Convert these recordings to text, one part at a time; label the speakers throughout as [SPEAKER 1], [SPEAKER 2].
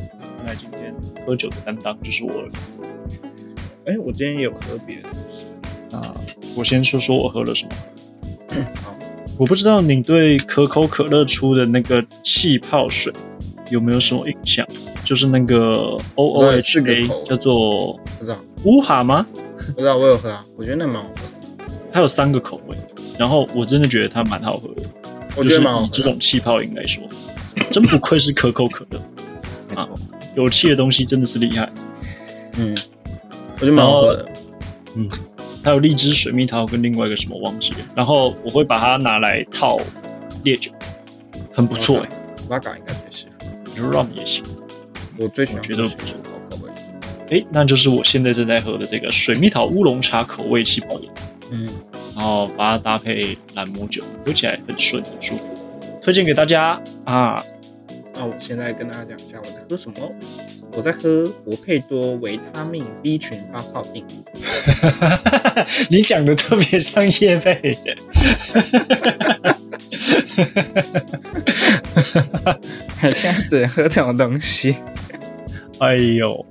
[SPEAKER 1] 呃喝酒的担当就是我了。
[SPEAKER 2] 哎，我今天也有喝别的。
[SPEAKER 1] 呃那我先说说我喝了什么。
[SPEAKER 2] 啊
[SPEAKER 1] 我不知道你对可口可乐出的那个气泡水有没有什么印象？就是那个 O O
[SPEAKER 2] 对是
[SPEAKER 1] H
[SPEAKER 2] 个
[SPEAKER 1] A
[SPEAKER 2] 口
[SPEAKER 1] 叫做
[SPEAKER 2] 不知道，
[SPEAKER 1] 乌哈吗？
[SPEAKER 2] 不知道，我有喝啊，我觉得那蛮好喝的，
[SPEAKER 1] 它有三个口味，然后我真的觉得它蛮好喝的，
[SPEAKER 2] 我
[SPEAKER 1] 就
[SPEAKER 2] 觉
[SPEAKER 1] 是
[SPEAKER 2] 得蛮好
[SPEAKER 1] 以
[SPEAKER 2] 喝
[SPEAKER 1] 这
[SPEAKER 2] 的。
[SPEAKER 1] 种气泡饮来说，真不愧是可口可乐，
[SPEAKER 2] 没错，
[SPEAKER 1] 有气的东西真的是厉害。
[SPEAKER 2] 啊嗯，我觉得蛮好喝的。
[SPEAKER 1] 还有荔枝水蜜桃跟另外一个什么忘记了，然后我会把它拿来套烈酒，很不错哎、
[SPEAKER 2] 拉嘎应该最喜欢，
[SPEAKER 1] 牛 rum 也行。
[SPEAKER 2] 我最喜欢
[SPEAKER 1] 我觉得
[SPEAKER 2] 是可口味。
[SPEAKER 1] 哎，那就是我现在正在喝的这个水蜜桃乌龙茶口味气泡饮，
[SPEAKER 2] 嗯，
[SPEAKER 1] 然后把它搭配兰姆酒，喝起来很顺很舒服，推荐给大家啊！
[SPEAKER 2] 那我现在跟大家讲一下我在喝什么哦。我在喝博佩多维他命 B 群发泡饮，
[SPEAKER 1] 你讲的特别像叶贝，
[SPEAKER 2] 现在只能喝这种东西。
[SPEAKER 1] 哎呦，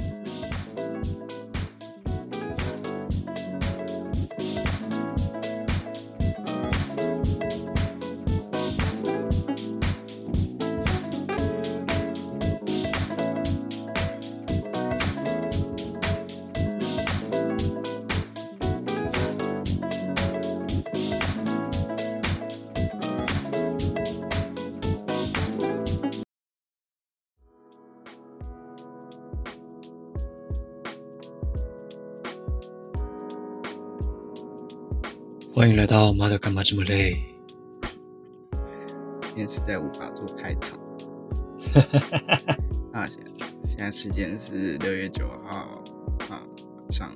[SPEAKER 3] 欢迎来到妈的干嘛这么累？
[SPEAKER 2] 今天实在无法做开场。那现在现在时间是六月九号啊晚上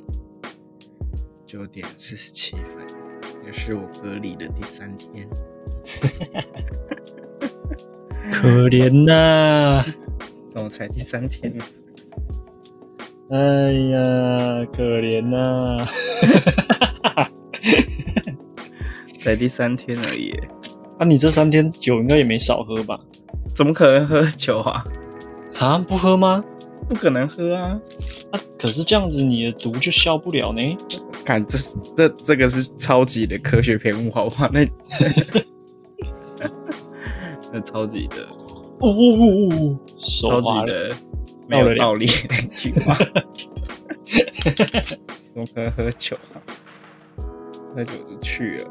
[SPEAKER 2] 九点四十七分，也是我隔离的第三天。
[SPEAKER 1] 可怜呐、
[SPEAKER 2] 怎么才第三天呢？
[SPEAKER 1] 哎呀，可怜呐、
[SPEAKER 2] 才第三天而已耶，
[SPEAKER 1] 啊，你这三天酒应该也没少喝吧？
[SPEAKER 2] 怎么可能喝酒啊？
[SPEAKER 1] 啊，不喝吗？
[SPEAKER 2] 不可能喝啊！
[SPEAKER 1] 啊，可是这样子你的毒就消不了呢。
[SPEAKER 2] 看，这是这这个是超级的科学偏误，好不好？那 那超级的，
[SPEAKER 1] 呜呜呜呜，手
[SPEAKER 2] 超
[SPEAKER 1] 滑
[SPEAKER 2] 级
[SPEAKER 1] 了。
[SPEAKER 2] 的没有道理的一句话。怎么可能喝酒啊？喝酒就去了，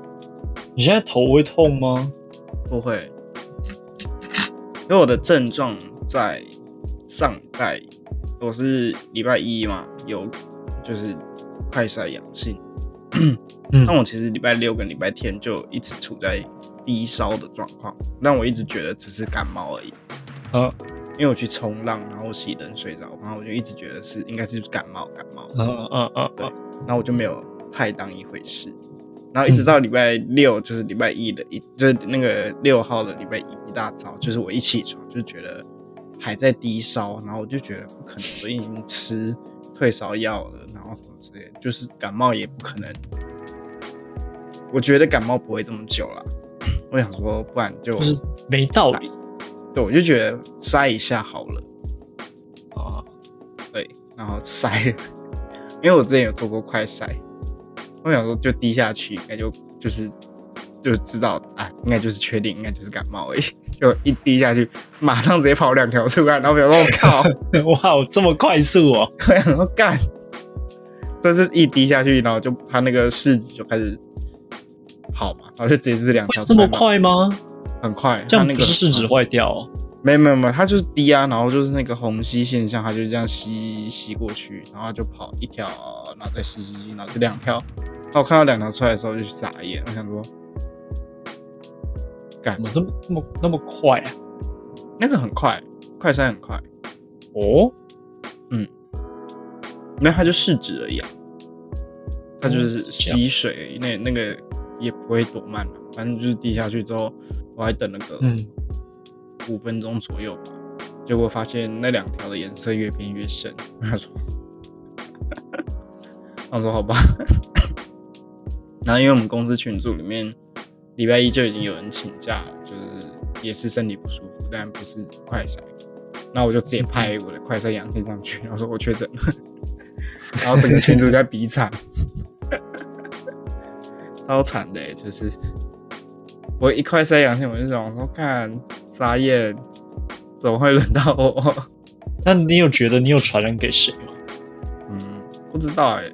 [SPEAKER 1] 你现在头会痛吗？
[SPEAKER 2] 不会。因为我的症状在上礼拜，我是礼拜一嘛，有就是快筛阳性。
[SPEAKER 1] 嗯
[SPEAKER 2] 那我其实礼拜六跟礼拜天就一直处在低烧的状况，但我一直觉得只是感冒而已。
[SPEAKER 1] 啊
[SPEAKER 2] 因为我去冲浪，然后洗冷水澡，然后我就一直觉得是应该是感冒感冒，
[SPEAKER 1] 啊啊啊啊！
[SPEAKER 2] 然后我就没有太当一回事。然后一直到礼拜六，就是礼拜一的一，就是那个六号的礼拜一一大早，就是我一起床就觉得还在低烧，然后我就觉得不可能，我已经吃退烧药了，然后什么之类的，就是感冒也不可能。我觉得感冒不会这么久了， 我想说，不然就
[SPEAKER 1] 就是没道理
[SPEAKER 2] 对，我就觉得筛一下好了。
[SPEAKER 1] 啊！
[SPEAKER 2] 对，然后塞 了，因为我之前有做过快塞，我想说就滴下去，应该就就是就知道啊，应该就是确定，应该就是感冒而已。就一滴下去，马上直接跑两条出来，然后我想说我 靠，
[SPEAKER 1] 哇，这么快速哦！
[SPEAKER 2] 我想说干，这是一滴下去，然后就他那个柿子就开始跑嘛，然后就直接就是两
[SPEAKER 1] 会
[SPEAKER 2] 条
[SPEAKER 1] 这
[SPEAKER 2] 出
[SPEAKER 1] 么
[SPEAKER 2] 来，
[SPEAKER 1] 快吗？
[SPEAKER 2] 很快，
[SPEAKER 1] 这
[SPEAKER 2] 它
[SPEAKER 1] 样
[SPEAKER 2] 那
[SPEAKER 1] 不
[SPEAKER 2] 个
[SPEAKER 1] 是试纸
[SPEAKER 2] 嗯
[SPEAKER 1] 坏掉哦？
[SPEAKER 2] 没有没有没有，它就是低啊，然后就是那个虹吸现象，它就这样吸吸过去，然后它就跑一条，然后再吸吸吸，然后就两条。然后我看到两条出来的时候我就傻眼，我想说，干
[SPEAKER 1] 怎么这么那么那么快啊？
[SPEAKER 2] 那个很快，快筛很快，
[SPEAKER 1] 哦，
[SPEAKER 2] 没有它就试纸而已啊，它就
[SPEAKER 1] 嗯
[SPEAKER 2] 是
[SPEAKER 1] 这样
[SPEAKER 2] 吸水而已，那那个也不会多慢了、反正就是滴下去之后，我还等了个
[SPEAKER 1] 嗯，
[SPEAKER 2] 五分钟左右吧，结果发现那两条的颜色越变越深。我想说，我说好吧。 然后因为我们公司群组里面，礼拜一就已经有人请假了，就是也是身体不舒服，但不是快筛。然后我就直接拍我的快筛阳性上去，然后说我确诊了，然后整个群主在比惨， 超惨的、欸，就是我一快筛阳性，我就想说，看傻眼，怎么会轮到我？
[SPEAKER 1] 那你有觉得你有传染给谁吗？
[SPEAKER 2] 嗯，不知道哎、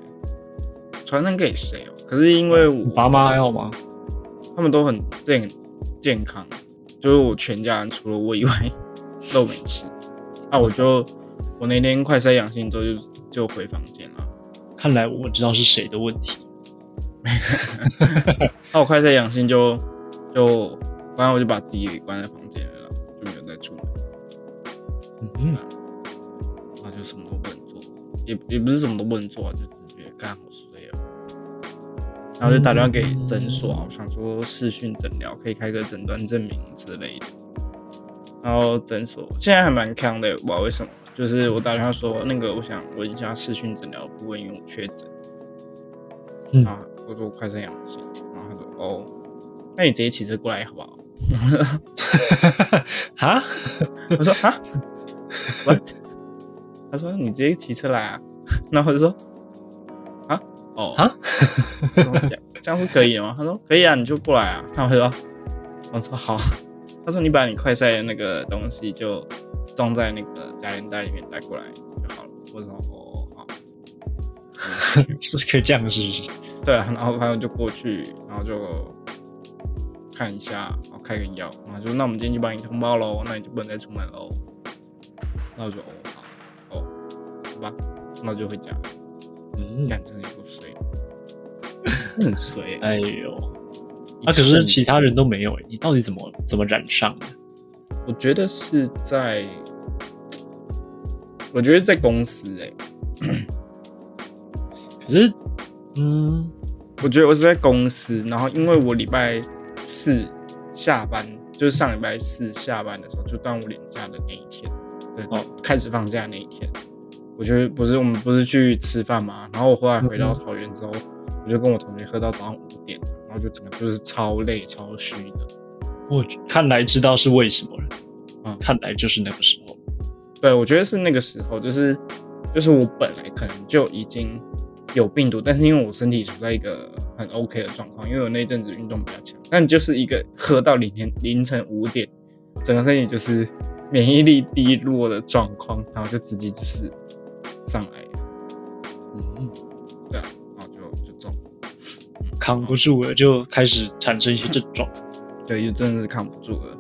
[SPEAKER 2] 传染给谁哦、可是因为我
[SPEAKER 1] 你爸妈还好吗？
[SPEAKER 2] 他们都很健健康，就是我全家人除了我以外都没事。那我就我那天快筛阳性之后就就回房间了。
[SPEAKER 1] 看来我知道是谁的问题。
[SPEAKER 2] 那啊我快筛阳性就就反正我就把自己给关在房间了啦，就没有再出门，
[SPEAKER 1] 嗯，
[SPEAKER 2] 然后就什么都不能做，也也不是什么都不能做啊，就只觉得干好衰哦。然后就打电话给诊所啊，我想说视讯诊疗可以开个诊断证明之类的。然后诊所现在还蛮康的，不知道为什么。就是我打电话说那个，我想问一下视讯诊疗的部分，因为我确诊。
[SPEAKER 1] 嗯
[SPEAKER 2] 啊，我说我快生阳性，然后他说哦，那你直接骑车过来好不好？
[SPEAKER 1] 哈，
[SPEAKER 2] 我说啊，what？他说你直接骑车来啊，然后我就说啊，哦
[SPEAKER 1] 啊，
[SPEAKER 2] 我说这样这样是可以的吗？他说可以啊，你就过来啊。然后我就说，我说好。他说你把你快晒的那个东西就装在那个夹链袋里面带过来就好了。我说哦好，
[SPEAKER 1] 是可以这样是不是？
[SPEAKER 2] 对啊，然后反正我就过去，然后就看一下，然后开个药，然后就那我们今天就帮你通报喽，那你就不能再出门喽。那我就哦好哦，好吧，那我就回家。
[SPEAKER 1] 嗯，
[SPEAKER 2] 感真的有够衰， 很衰欸、
[SPEAKER 1] 哎呦，啊，可是其他人都没有欸你到底怎么怎么染上的？
[SPEAKER 2] 我觉得是在，我觉得在公司哎、
[SPEAKER 1] 可是，嗯，
[SPEAKER 2] 我觉得我是在公司，然后因为我礼拜四下班，就是上礼拜四下班的时候，就端午连假的那一天，对，
[SPEAKER 1] 哦
[SPEAKER 2] 开始放假那一天，我觉得不是我们不是去吃饭嘛，然后我后来回到桃园之后，我就跟我同学喝到早上五点，然后就整个就是超累超虚的，
[SPEAKER 1] 我看来知道是为什么了。
[SPEAKER 2] 嗯
[SPEAKER 1] 看来就是那个时候。
[SPEAKER 2] 对，我觉得是那个时候，就是就是我本来可能就已经有病毒，但是因为我身体处在一个很 OK 的状况，因为我那一阵子运动比较强，但就是一个喝到凌晨凌晨五点，整个身体就是免疫力低落的状况，然后就直接就是上来了，
[SPEAKER 1] 嗯，
[SPEAKER 2] 对啊，然后就就中，
[SPEAKER 1] 扛不住了，就开始产生一些症状。
[SPEAKER 2] 对，就真的是扛不住了，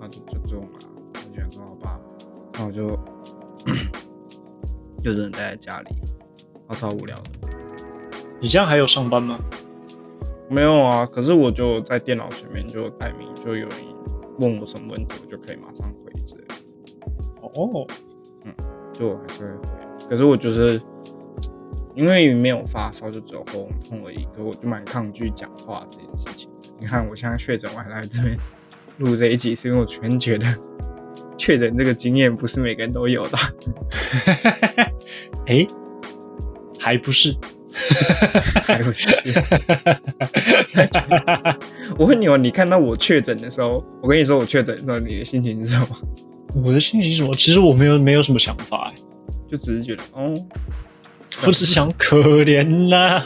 [SPEAKER 2] 然后就就中了，我想说好吧，那我就 就只能待在家里，然后超无聊的。
[SPEAKER 1] 你这样还有上班吗？
[SPEAKER 2] 没有啊，可是我就在电脑前面就待命，就有人问我什么问题，我就可以马上回之类的，
[SPEAKER 1] 哦，
[SPEAKER 2] 就我还是会回。可是我就是因为没有发烧，就只有喉咙痛而已，可我就蛮抗拒讲话这件事情的。你看我现在确诊，我还来这边录这一集，是因为我全然觉得确诊这个经验不是每个人都有的。
[SPEAKER 1] 哎，还不是。
[SPEAKER 2] 还不是。我问你哦，你看到我确诊的时候，我跟你说我确诊的时候，你的心情是什么？
[SPEAKER 1] 我的心情是什么？其实我没有没有什么想法、欸，
[SPEAKER 2] 就只是觉得，哦，
[SPEAKER 1] 我只是想可怜呐、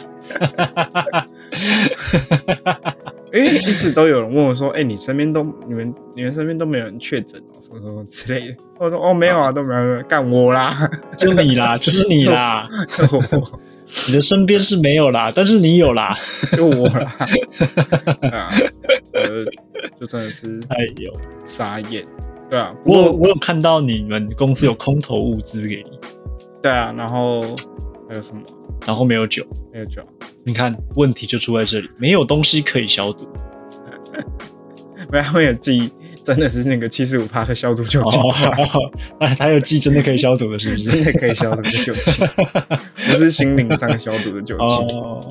[SPEAKER 2] 因为一直都有人问我说：“哎、你身边都你们你们身边都没有人确诊哦，什么什么之类的。”我说：“哦，没有啊，都没有干我啦，
[SPEAKER 1] 就你啦，就是你啦，
[SPEAKER 2] 我
[SPEAKER 1] 你的身边是没有啦，但是你有啦。
[SPEAKER 2] 就我啦。”啊，我就就真的是
[SPEAKER 1] 哎呦，
[SPEAKER 2] 傻眼，对啊，不
[SPEAKER 1] 我
[SPEAKER 2] 过
[SPEAKER 1] 我有看到你们公司有空投物资给你，
[SPEAKER 2] 对啊，然后还有什么？
[SPEAKER 1] 然后没有酒，
[SPEAKER 2] 还有酒，
[SPEAKER 1] 你看问题就出在这里，没有东西可以消毒。
[SPEAKER 2] 没有，他们有寄，真的是那个七十五帕的消毒酒精
[SPEAKER 1] 哦，那 还有剂真的可以消毒的，是不
[SPEAKER 2] 真
[SPEAKER 1] 是？
[SPEAKER 2] 的可以消毒的酒精，不是心灵上消毒的酒精。
[SPEAKER 1] 哦，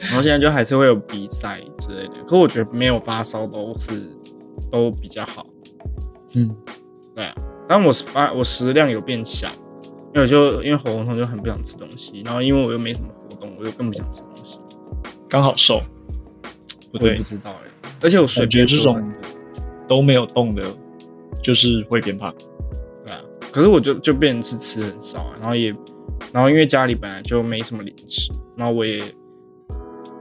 [SPEAKER 2] 然后现在就还是会有比赛之类的，可我觉得没有发烧都是都比较好。
[SPEAKER 1] 嗯，
[SPEAKER 2] 对啊，但我食啊我食量有变小，因为我就因为喉咙痛就很不想吃东西，然后因为我又没什么活动，我又更不想吃东西，
[SPEAKER 1] 刚好瘦，不
[SPEAKER 2] 我都
[SPEAKER 1] 对
[SPEAKER 2] 不，知道哎、而且我水
[SPEAKER 1] 感觉
[SPEAKER 2] 便
[SPEAKER 1] 这
[SPEAKER 2] 都
[SPEAKER 1] 种
[SPEAKER 2] 很多
[SPEAKER 1] 都没有动的就是会变胖。
[SPEAKER 2] 对啊，可是我就就变成是吃很少、啊，然后也，然后因为家里本来就没什么零食，然后我也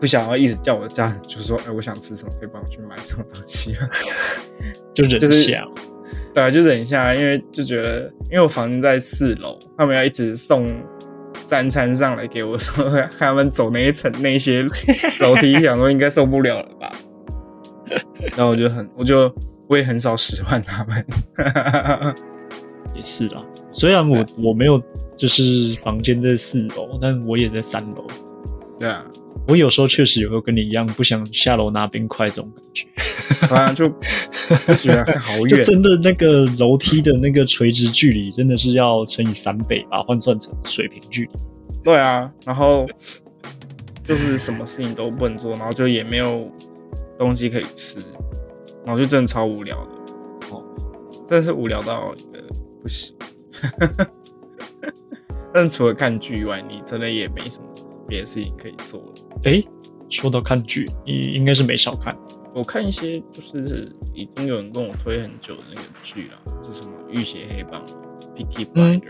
[SPEAKER 2] 不想要一直叫我的家人，就说，哎、我想吃什么，可以帮我去买什么东西啊吗？
[SPEAKER 1] 就忍
[SPEAKER 2] 就是
[SPEAKER 1] 下，
[SPEAKER 2] 对啊，就忍一下，因为就觉得，因为我房间在四楼，他们要一直送三餐上来给我 说，看他们走那一层那些楼梯，想说应该受不了了吧。然后我就很，我就我也很少使唤他们。
[SPEAKER 1] 也是啦。虽然我我没有就是房间在四楼，但我也在三楼。
[SPEAKER 2] 对啊，
[SPEAKER 1] 我有时候确实也会跟你一样，不想下楼拿冰块这种感觉，
[SPEAKER 2] 好像啊就就觉得好
[SPEAKER 1] 就
[SPEAKER 2] 远，哦
[SPEAKER 1] 真的那个楼梯的那个垂直距离真的是要乘以三倍吧，换算成水平距离。
[SPEAKER 2] 对啊，然后就是什么事情都不能做，然后就也没有东西可以吃，然后就真的超无聊的。哦，真的是无聊到一个不行。 但是除了看剧以外，你真的也没什么别的事情可以做了。
[SPEAKER 1] 哎、说到看剧，你应该是没少看。
[SPEAKER 2] 我看一些就是已经有人跟我推很久的那个剧了，就是什么《浴血黑帮》（Peaky
[SPEAKER 1] 嗯
[SPEAKER 2] Blinder）、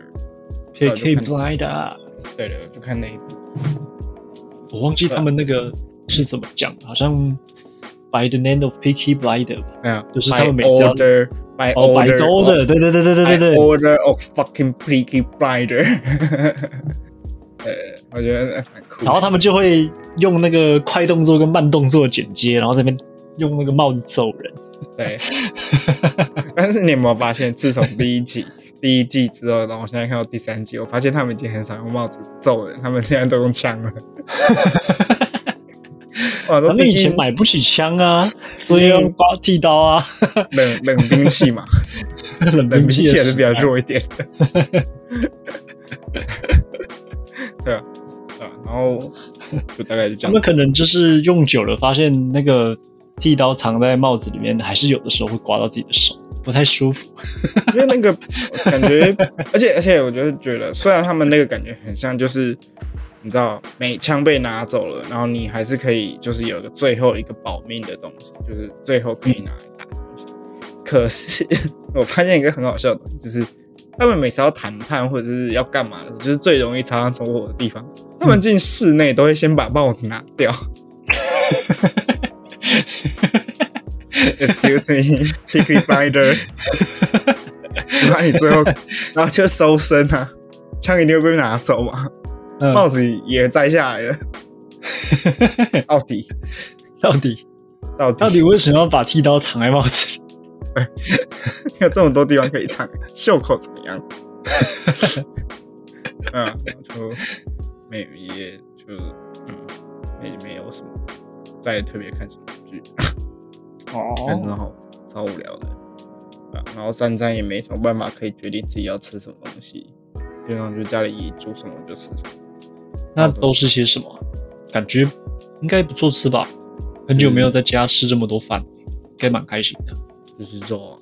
[SPEAKER 1] K
[SPEAKER 2] 啊
[SPEAKER 1] K
[SPEAKER 2] 就看
[SPEAKER 1] Blind 啊，
[SPEAKER 2] 对的，就看那一部。
[SPEAKER 1] 我忘记他们那个是怎么讲，好像 By the name of Picky Blind，
[SPEAKER 2] 哎呀，
[SPEAKER 1] 就是他们每次要
[SPEAKER 2] order by
[SPEAKER 1] 哦，白
[SPEAKER 2] order
[SPEAKER 1] 州的，对对对对对对
[SPEAKER 2] I
[SPEAKER 1] 对，
[SPEAKER 2] order of fucking Peaky Blinder 。呃，我觉得蛮酷的。
[SPEAKER 1] 然后他们就会用那个快动作跟慢动作剪接，然后在那边用那个帽子揍人。
[SPEAKER 2] 对， 但是你有没有发现，自从第一季、 第一季之后，然后我现在看到第三季，我发现他们已经很少用帽子揍人，他们现在都用 枪了。哇，
[SPEAKER 1] 他
[SPEAKER 2] 都
[SPEAKER 1] 们
[SPEAKER 2] 呃毕
[SPEAKER 1] 以前
[SPEAKER 2] 竟
[SPEAKER 1] 买不起枪啊，所以用刮剃刀啊，
[SPEAKER 2] 冷冷兵器嘛，
[SPEAKER 1] 冷
[SPEAKER 2] 冷
[SPEAKER 1] 兵
[SPEAKER 2] 兵
[SPEAKER 1] 器的
[SPEAKER 2] 器还是
[SPEAKER 1] 时
[SPEAKER 2] 比较
[SPEAKER 1] 代。
[SPEAKER 2] 弱一点的。 对啊，对啊，然后就大概就这
[SPEAKER 1] 他
[SPEAKER 2] 样
[SPEAKER 1] 们。可能就是用久了，发现那个剃刀藏在帽子里面，还是有的时候会刮到自己的手，不太舒服。
[SPEAKER 2] 因为那个感觉，而且而且，我就是觉得，虽然他们那个感觉很像，就是你知道，每枪被拿走了，然后你还是可以，就是有一个最后一个保命的东西，就是最后可以拿来打的东西。可是我发现一个很好笑的东西，就是 他们每次要谈判或者是要干嘛的时候，就是最容易擦枪走火的地方，他们进室内都会先把帽子拿掉。Excuse me, picky finder。你 把你最后，然后就搜身啊，枪一定会被拿走嘛，
[SPEAKER 1] 嗯
[SPEAKER 2] 帽子也摘下来了。到底
[SPEAKER 1] 到底
[SPEAKER 2] 到底
[SPEAKER 1] 到底为什么要把剃刀藏在帽子里？
[SPEAKER 2] 有这么多地方可以藏，袖口怎 么样？嗯，就没也就嗯，也没有什么再特别看什么剧，真的
[SPEAKER 1] 哦，
[SPEAKER 2] 好超无聊的。啊，然后珊珊也没什么办法可以决定自己要吃什么东西，基本上就家里煮什么就吃什么。
[SPEAKER 1] 那都是些什么？感觉应该不错吃吧？很久没有在家吃这么多饭，应该蛮开心的。
[SPEAKER 2] 就是肉啊，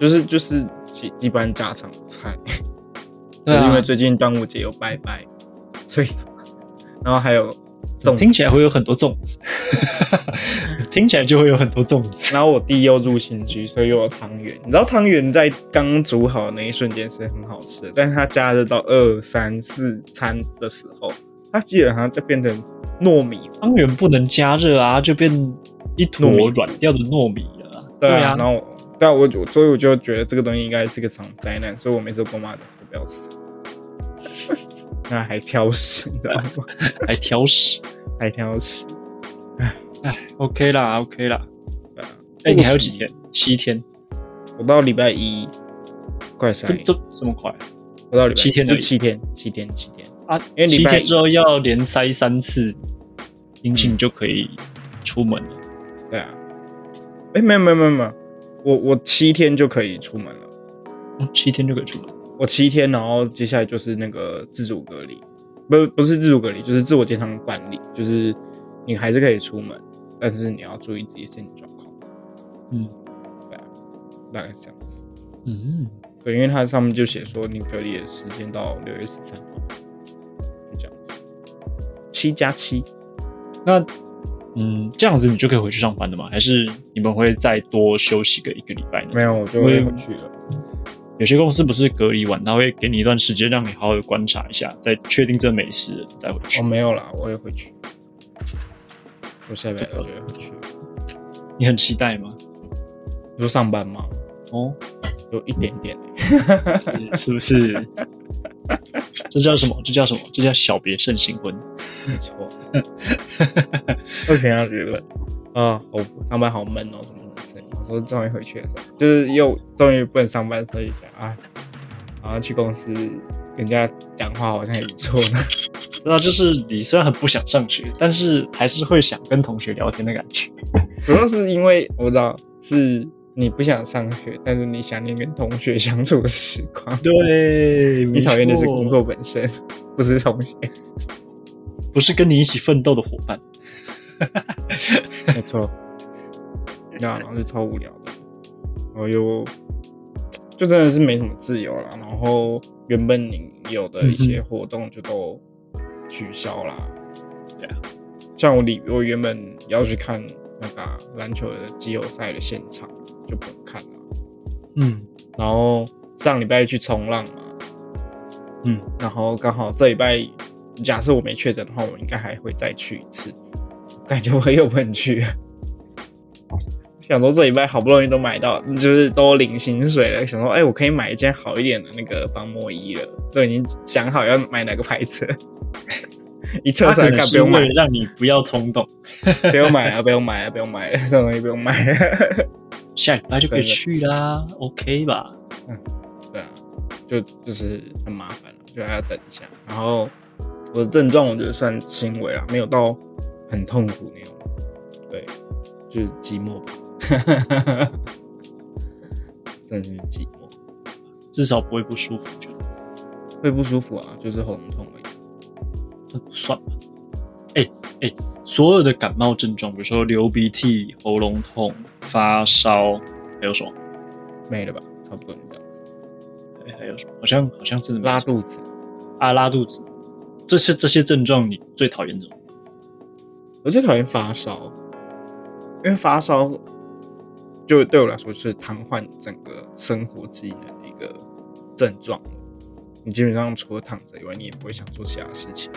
[SPEAKER 2] 就是就是基一般家常菜。
[SPEAKER 1] 对啊
[SPEAKER 2] 可是因为最近端午节有拜拜，所以然后还有粽子，
[SPEAKER 1] 啊听起来会有很多粽 子，听起来就会有很多粽子。
[SPEAKER 2] 然后我弟又入新居，所以又有汤圆。你知道汤圆在刚煮好的那一瞬间是很好吃的，但是它加热到二三四餐的时候，它基本上就变成糯米
[SPEAKER 1] 汤圆不能加热啊，就变一坨
[SPEAKER 2] 糯米
[SPEAKER 1] 软掉的糯米了啊。
[SPEAKER 2] 对啊，
[SPEAKER 1] 啊
[SPEAKER 2] 然，后我对啊，我就所以我就觉得这个东西应该是个场灾难，所以我每次都跟我妈讲说不要吃， 那还挑食，你知道吗？
[SPEAKER 1] 还挑食。
[SPEAKER 2] 还挑食，
[SPEAKER 1] 哎，OK 啦，OK 啦。
[SPEAKER 2] 对啊。
[SPEAKER 1] 哎、你还有几天？？七天？
[SPEAKER 2] 我到礼拜一快塞
[SPEAKER 1] 这，这这么快
[SPEAKER 2] 我到礼拜一
[SPEAKER 1] 七天而
[SPEAKER 2] 就
[SPEAKER 1] 已
[SPEAKER 2] 七天，七天，七天。
[SPEAKER 1] 啊？
[SPEAKER 2] 因为礼
[SPEAKER 1] 七
[SPEAKER 2] 拜一
[SPEAKER 1] 天之后要连塞三次阴性就可以出门了。
[SPEAKER 2] 对啊，哎，没有没有没有没有，我我七天就可以出门了，
[SPEAKER 1] 嗯七天就可以出门。
[SPEAKER 2] 我七天，然后接下来就是那个自主隔离，不不是自主隔离，就是自我健康管理，就是你还是可以出门，但是你要注意自己的身体状况。
[SPEAKER 1] 嗯
[SPEAKER 2] 大概是这样子。
[SPEAKER 1] 嗯，
[SPEAKER 2] 对，因为它上面就写说你隔离的时间到六月十三号，就这样子，七加七。
[SPEAKER 1] 那嗯，这样子你就可以回去上班了吗？还是你们会再多休息个一个礼拜呢？
[SPEAKER 2] 没有，我就会回去了。
[SPEAKER 1] 有些公司不是隔离完，他会给你一段时间，让你好好的观察一下，再确定这没事了你再回去
[SPEAKER 2] 哦，。没有啦，我会回去。我下礼拜我就会回去。
[SPEAKER 1] 你很期待吗？
[SPEAKER 2] 你说上班吗？
[SPEAKER 1] 哦，
[SPEAKER 2] 有一点 点欸、
[SPEAKER 1] 是是不是？ 这叫什么？这叫什么？这叫小别胜新婚。
[SPEAKER 2] 没 错。为什么要觉得啊，我上班好闷哦，什么什么之类的。我说终于回去的时候，就是又终于不能上班，所以觉得啊，然后去公司跟人家讲话好像也不错 呢。
[SPEAKER 1] 对啊，就是你虽然很不想上学，但是还是会想跟同学聊天的感觉。
[SPEAKER 2] 主要是因为我知道是你不想上学，但是你想念跟同学相处的时光。
[SPEAKER 1] 对，
[SPEAKER 2] 你讨厌的是
[SPEAKER 1] 没错
[SPEAKER 2] 工，作本身，不是同学。
[SPEAKER 1] 不是跟你一起奋斗的伙伴。
[SPEAKER 2] 没错，那然后就超无聊的，然后又就真的是没什么自由了。然后原本你有的一
[SPEAKER 1] 嗯
[SPEAKER 2] 些活动就都取消啦。
[SPEAKER 1] 对啊，
[SPEAKER 2] 像我里我原本要去看那个啊篮球的季后赛的现场，就不能看了。
[SPEAKER 1] 嗯
[SPEAKER 2] 然后上礼拜去冲浪嘛，
[SPEAKER 1] 嗯，
[SPEAKER 2] 然后刚好这礼拜，假设我没确诊的话，我应该还会再去一次，感觉我又不能去了。 想说这礼拜好不容易都买到，就是都领薪水了，想说哎、我可以买一件好一点的那个防磨衣了，都已经想好要买哪个 牌子了，一测
[SPEAKER 1] 他
[SPEAKER 2] 出
[SPEAKER 1] 可
[SPEAKER 2] 来
[SPEAKER 1] 能
[SPEAKER 2] 干不
[SPEAKER 1] 是
[SPEAKER 2] 用买
[SPEAKER 1] 为了，让你不要冲动，
[SPEAKER 2] 不用买了，不用买了，不用买了，这种东西不用买了。
[SPEAKER 1] 下礼拜就可以
[SPEAKER 2] 对对
[SPEAKER 1] 去啦，OK 吧？
[SPEAKER 2] 对啊，就就是很麻烦了，就还要等一下。然后我的症状我觉得算轻微了，啊没有到很痛苦那种。对，就是寂寞吧， 真的是寂寞，
[SPEAKER 1] 至少不会不舒服，就
[SPEAKER 2] 会不舒服啊，就是喉咙痛而已。
[SPEAKER 1] 那不算吧。哎、哎、所有的感冒症状，比如说流鼻涕、喉咙痛、发烧，还有什么？
[SPEAKER 2] 没了吧，差不多就这样。
[SPEAKER 1] 哎还有什么？好像好像真的没
[SPEAKER 2] 拉
[SPEAKER 1] 什么
[SPEAKER 2] 肚子，
[SPEAKER 1] 啊，拉肚子。这些这些症状，你最讨厌什么？
[SPEAKER 2] 我最讨厌发烧，因为发烧就对我来说是瘫痪整个生活机能的一个症状了。你基本上除了躺着以外，你也不会想做其他事情。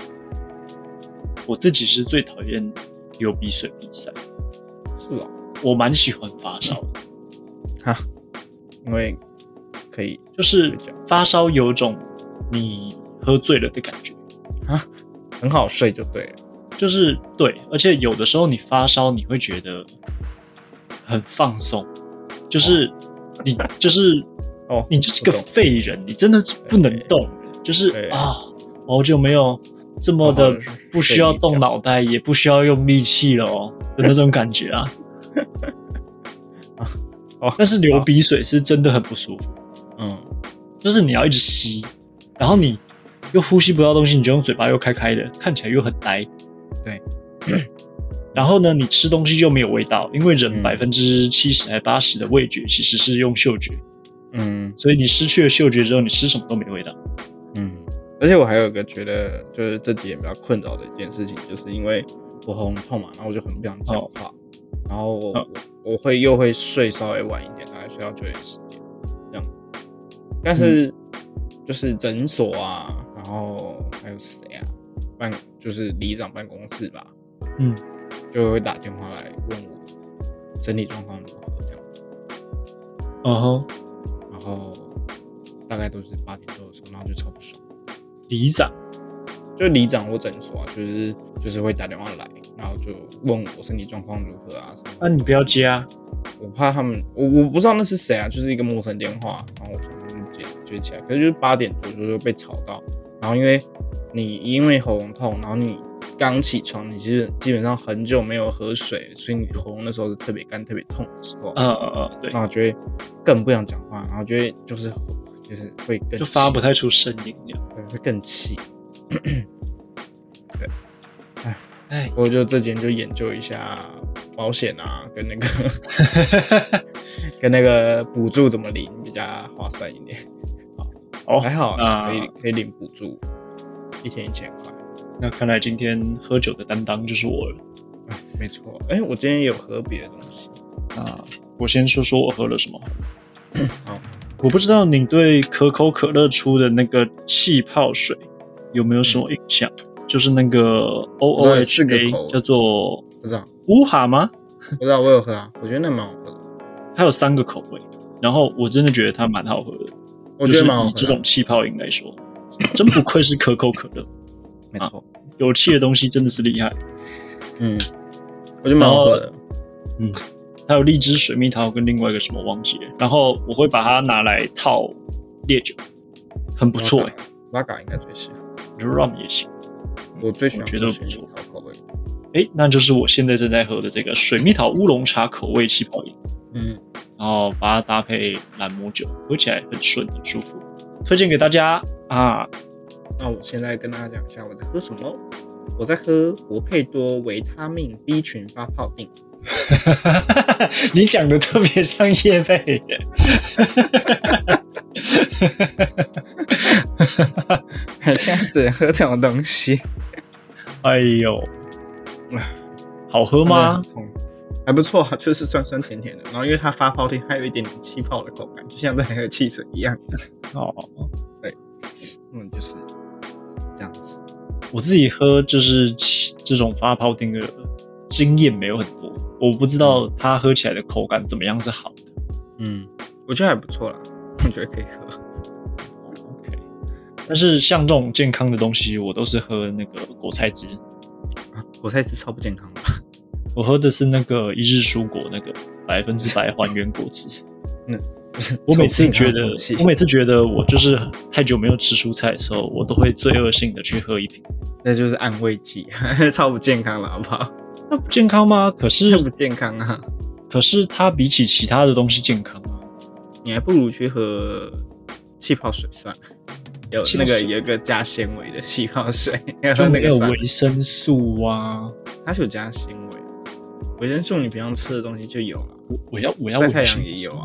[SPEAKER 1] 我自己是最讨厌流鼻水比赛，
[SPEAKER 2] 是
[SPEAKER 1] 啊
[SPEAKER 2] 哦，
[SPEAKER 1] 我蛮喜欢发烧的，
[SPEAKER 2] 哈，因为可以
[SPEAKER 1] 就是
[SPEAKER 2] 睡觉
[SPEAKER 1] 发烧有种你喝醉了的感觉，
[SPEAKER 2] 很好睡就对了。
[SPEAKER 1] 就是对，而且有的时候你发烧，你会觉得很放松，就是你就是
[SPEAKER 2] 哦，
[SPEAKER 1] 你就是个
[SPEAKER 2] 我懂
[SPEAKER 1] 废人，你真的是不能动，就是
[SPEAKER 2] 对
[SPEAKER 1] 啊，我好久没有这么
[SPEAKER 2] 好好
[SPEAKER 1] 的
[SPEAKER 2] 地睡
[SPEAKER 1] 不需要动脑袋，也不需要用力气了哦的那种感觉啊。
[SPEAKER 2] 哦
[SPEAKER 1] 但是流鼻水是真的很不舒服，
[SPEAKER 2] 嗯，
[SPEAKER 1] 就是你要一直吸，然后你又呼吸不到东西，你就用嘴巴又开开的，看起来又很呆。
[SPEAKER 2] 对。
[SPEAKER 1] 然后呢，你吃东西又没有味道，因为人
[SPEAKER 2] 嗯
[SPEAKER 1] 百分之七十还八十的味觉其实是用嗅觉，
[SPEAKER 2] 嗯
[SPEAKER 1] 所以你失去了嗅觉之后，你吃什么都没味道。
[SPEAKER 2] 嗯，而且我还有一个觉得就是这几年比较困扰的一件事情，就是因为我喉咙痛嘛，然后我就很不想讲话，然后我、
[SPEAKER 1] 哦
[SPEAKER 2] 我我会又会睡稍微晚一点，大概睡到九点十点这样。但是、就是诊所啊，然后还有谁啊，办就是里长办公室吧，
[SPEAKER 1] 嗯，
[SPEAKER 2] 就会打电话来问我身体状况如何这样，
[SPEAKER 1] 嗯哼，
[SPEAKER 2] 然后大概都是八点多的时候，然后就超不爽。
[SPEAKER 1] 里长，
[SPEAKER 2] 就里长或诊所啊，就是就是会打电话来，然后就问我身体状况如何啊什么。
[SPEAKER 1] 那、你不要接啊，
[SPEAKER 2] 我怕他们，我我不知道那是谁啊，就是一个陌生电话，然后我想说就接接起来，可是就是八点多就是被吵到，然后因为你因为喉咙痛，然后你刚起床，你其实基本上很久没有喝水，所以你喉咙那时候是特别干、特别痛的时候，
[SPEAKER 1] 嗯嗯嗯，对，
[SPEAKER 2] 然后就会更不想讲话，然后就会就是就是会更
[SPEAKER 1] 就发
[SPEAKER 2] 气
[SPEAKER 1] 不太出声音这样。
[SPEAKER 2] 对会更气，
[SPEAKER 1] 哎，
[SPEAKER 2] 我就这几天就研究一下保险啊，跟那个 跟那个补助怎么领比较划算一点。
[SPEAKER 1] 好
[SPEAKER 2] 还好
[SPEAKER 1] 哦那
[SPEAKER 2] 啊可以可以领补助，一天一千块。
[SPEAKER 1] 那看来今天喝酒的担当就是我了。
[SPEAKER 2] 没没错。哎、我今天也有喝别的东西，
[SPEAKER 1] 啊，我先说说我喝了什么。
[SPEAKER 2] 好，
[SPEAKER 1] 我不知道你对可口可乐出的那个气泡水有没有什么印象？就是那个 O O
[SPEAKER 2] 对
[SPEAKER 1] H
[SPEAKER 2] 是个
[SPEAKER 1] A
[SPEAKER 2] 口味
[SPEAKER 1] 叫做
[SPEAKER 2] 不知道，
[SPEAKER 1] 乌哈吗？
[SPEAKER 2] 不知道，我有喝啊，我觉得那蛮好喝的，
[SPEAKER 1] 它有三个口味，然后我真的觉得它蛮好喝的。
[SPEAKER 2] 我觉得蛮好
[SPEAKER 1] 就是以这
[SPEAKER 2] 喝的，
[SPEAKER 1] 种气泡饮来说，真不愧是可口可乐，
[SPEAKER 2] 没错，
[SPEAKER 1] 有气的东西真的是厉害。啊
[SPEAKER 2] 嗯，我觉得蛮好喝
[SPEAKER 1] 哦
[SPEAKER 2] 的，
[SPEAKER 1] 还有荔枝水蜜桃跟另外一个什么忘记了，然后我会把它拿来套烈酒，很不错哎、
[SPEAKER 2] 拉嘎应该最适合，
[SPEAKER 1] 我觉得 rum 也行。
[SPEAKER 2] 我最喜欢
[SPEAKER 1] 我觉得
[SPEAKER 2] 喝水
[SPEAKER 1] 不错
[SPEAKER 2] 蜜桃口味的，
[SPEAKER 1] 哎，那就是我现在正在喝的这个水蜜桃乌龙茶口味气泡饮，
[SPEAKER 2] 嗯，
[SPEAKER 1] 然后把它搭配兰姆酒，喝起来很顺很舒服，推荐给大家啊！
[SPEAKER 2] 那我现在跟大家讲一下我在喝什么，我在喝活佩多维他命 B 群发泡 锭，
[SPEAKER 1] 你讲的特别像叶贝，
[SPEAKER 2] 现在只能喝这种东西，
[SPEAKER 1] 哎呦，好喝
[SPEAKER 2] 嗯
[SPEAKER 1] 吗？？
[SPEAKER 2] 还不错，啊就是酸酸甜甜的。然后因为它发泡锭，还有一点点气泡的口感，就像在喝汽水一样。
[SPEAKER 1] 哦，
[SPEAKER 2] 嗯，就是这样子。
[SPEAKER 1] 我自己喝就是其这种发泡锭的经验没有很多，我不知道它喝起来的口感怎么样是好的。
[SPEAKER 2] 嗯，我觉得还不错啦，我觉得可以喝。
[SPEAKER 1] OK，但是像这种健康的东西，我都是喝那个果菜汁，
[SPEAKER 2] 啊，果菜汁超不健康的。
[SPEAKER 1] 我喝的是那个一日蔬果那个百分之百还原果 汁。我每次觉得，我每次觉得我就是太久没有吃蔬菜的时候，我都会罪恶性的去喝一瓶。
[SPEAKER 2] 那就是安慰剂， 超不健康了，好不好？
[SPEAKER 1] 那不健康吗？可是
[SPEAKER 2] 这 不健康啊！
[SPEAKER 1] 可是它比起其他的东西健康啊。
[SPEAKER 2] 你还不如去喝气泡水算了。有
[SPEAKER 1] 气泡
[SPEAKER 2] 那个
[SPEAKER 1] 水
[SPEAKER 2] 有一个加纤维的气 泡水，喝
[SPEAKER 1] 就
[SPEAKER 2] 那
[SPEAKER 1] 没
[SPEAKER 2] 个
[SPEAKER 1] 有
[SPEAKER 2] 算了
[SPEAKER 1] 维生素啊！
[SPEAKER 2] 它是有加纤维，维生素你平常吃的东西就有了，
[SPEAKER 1] 我我要我要
[SPEAKER 2] 晒
[SPEAKER 1] 维
[SPEAKER 2] 太
[SPEAKER 1] 生
[SPEAKER 2] 阳
[SPEAKER 1] 素
[SPEAKER 2] 也有啊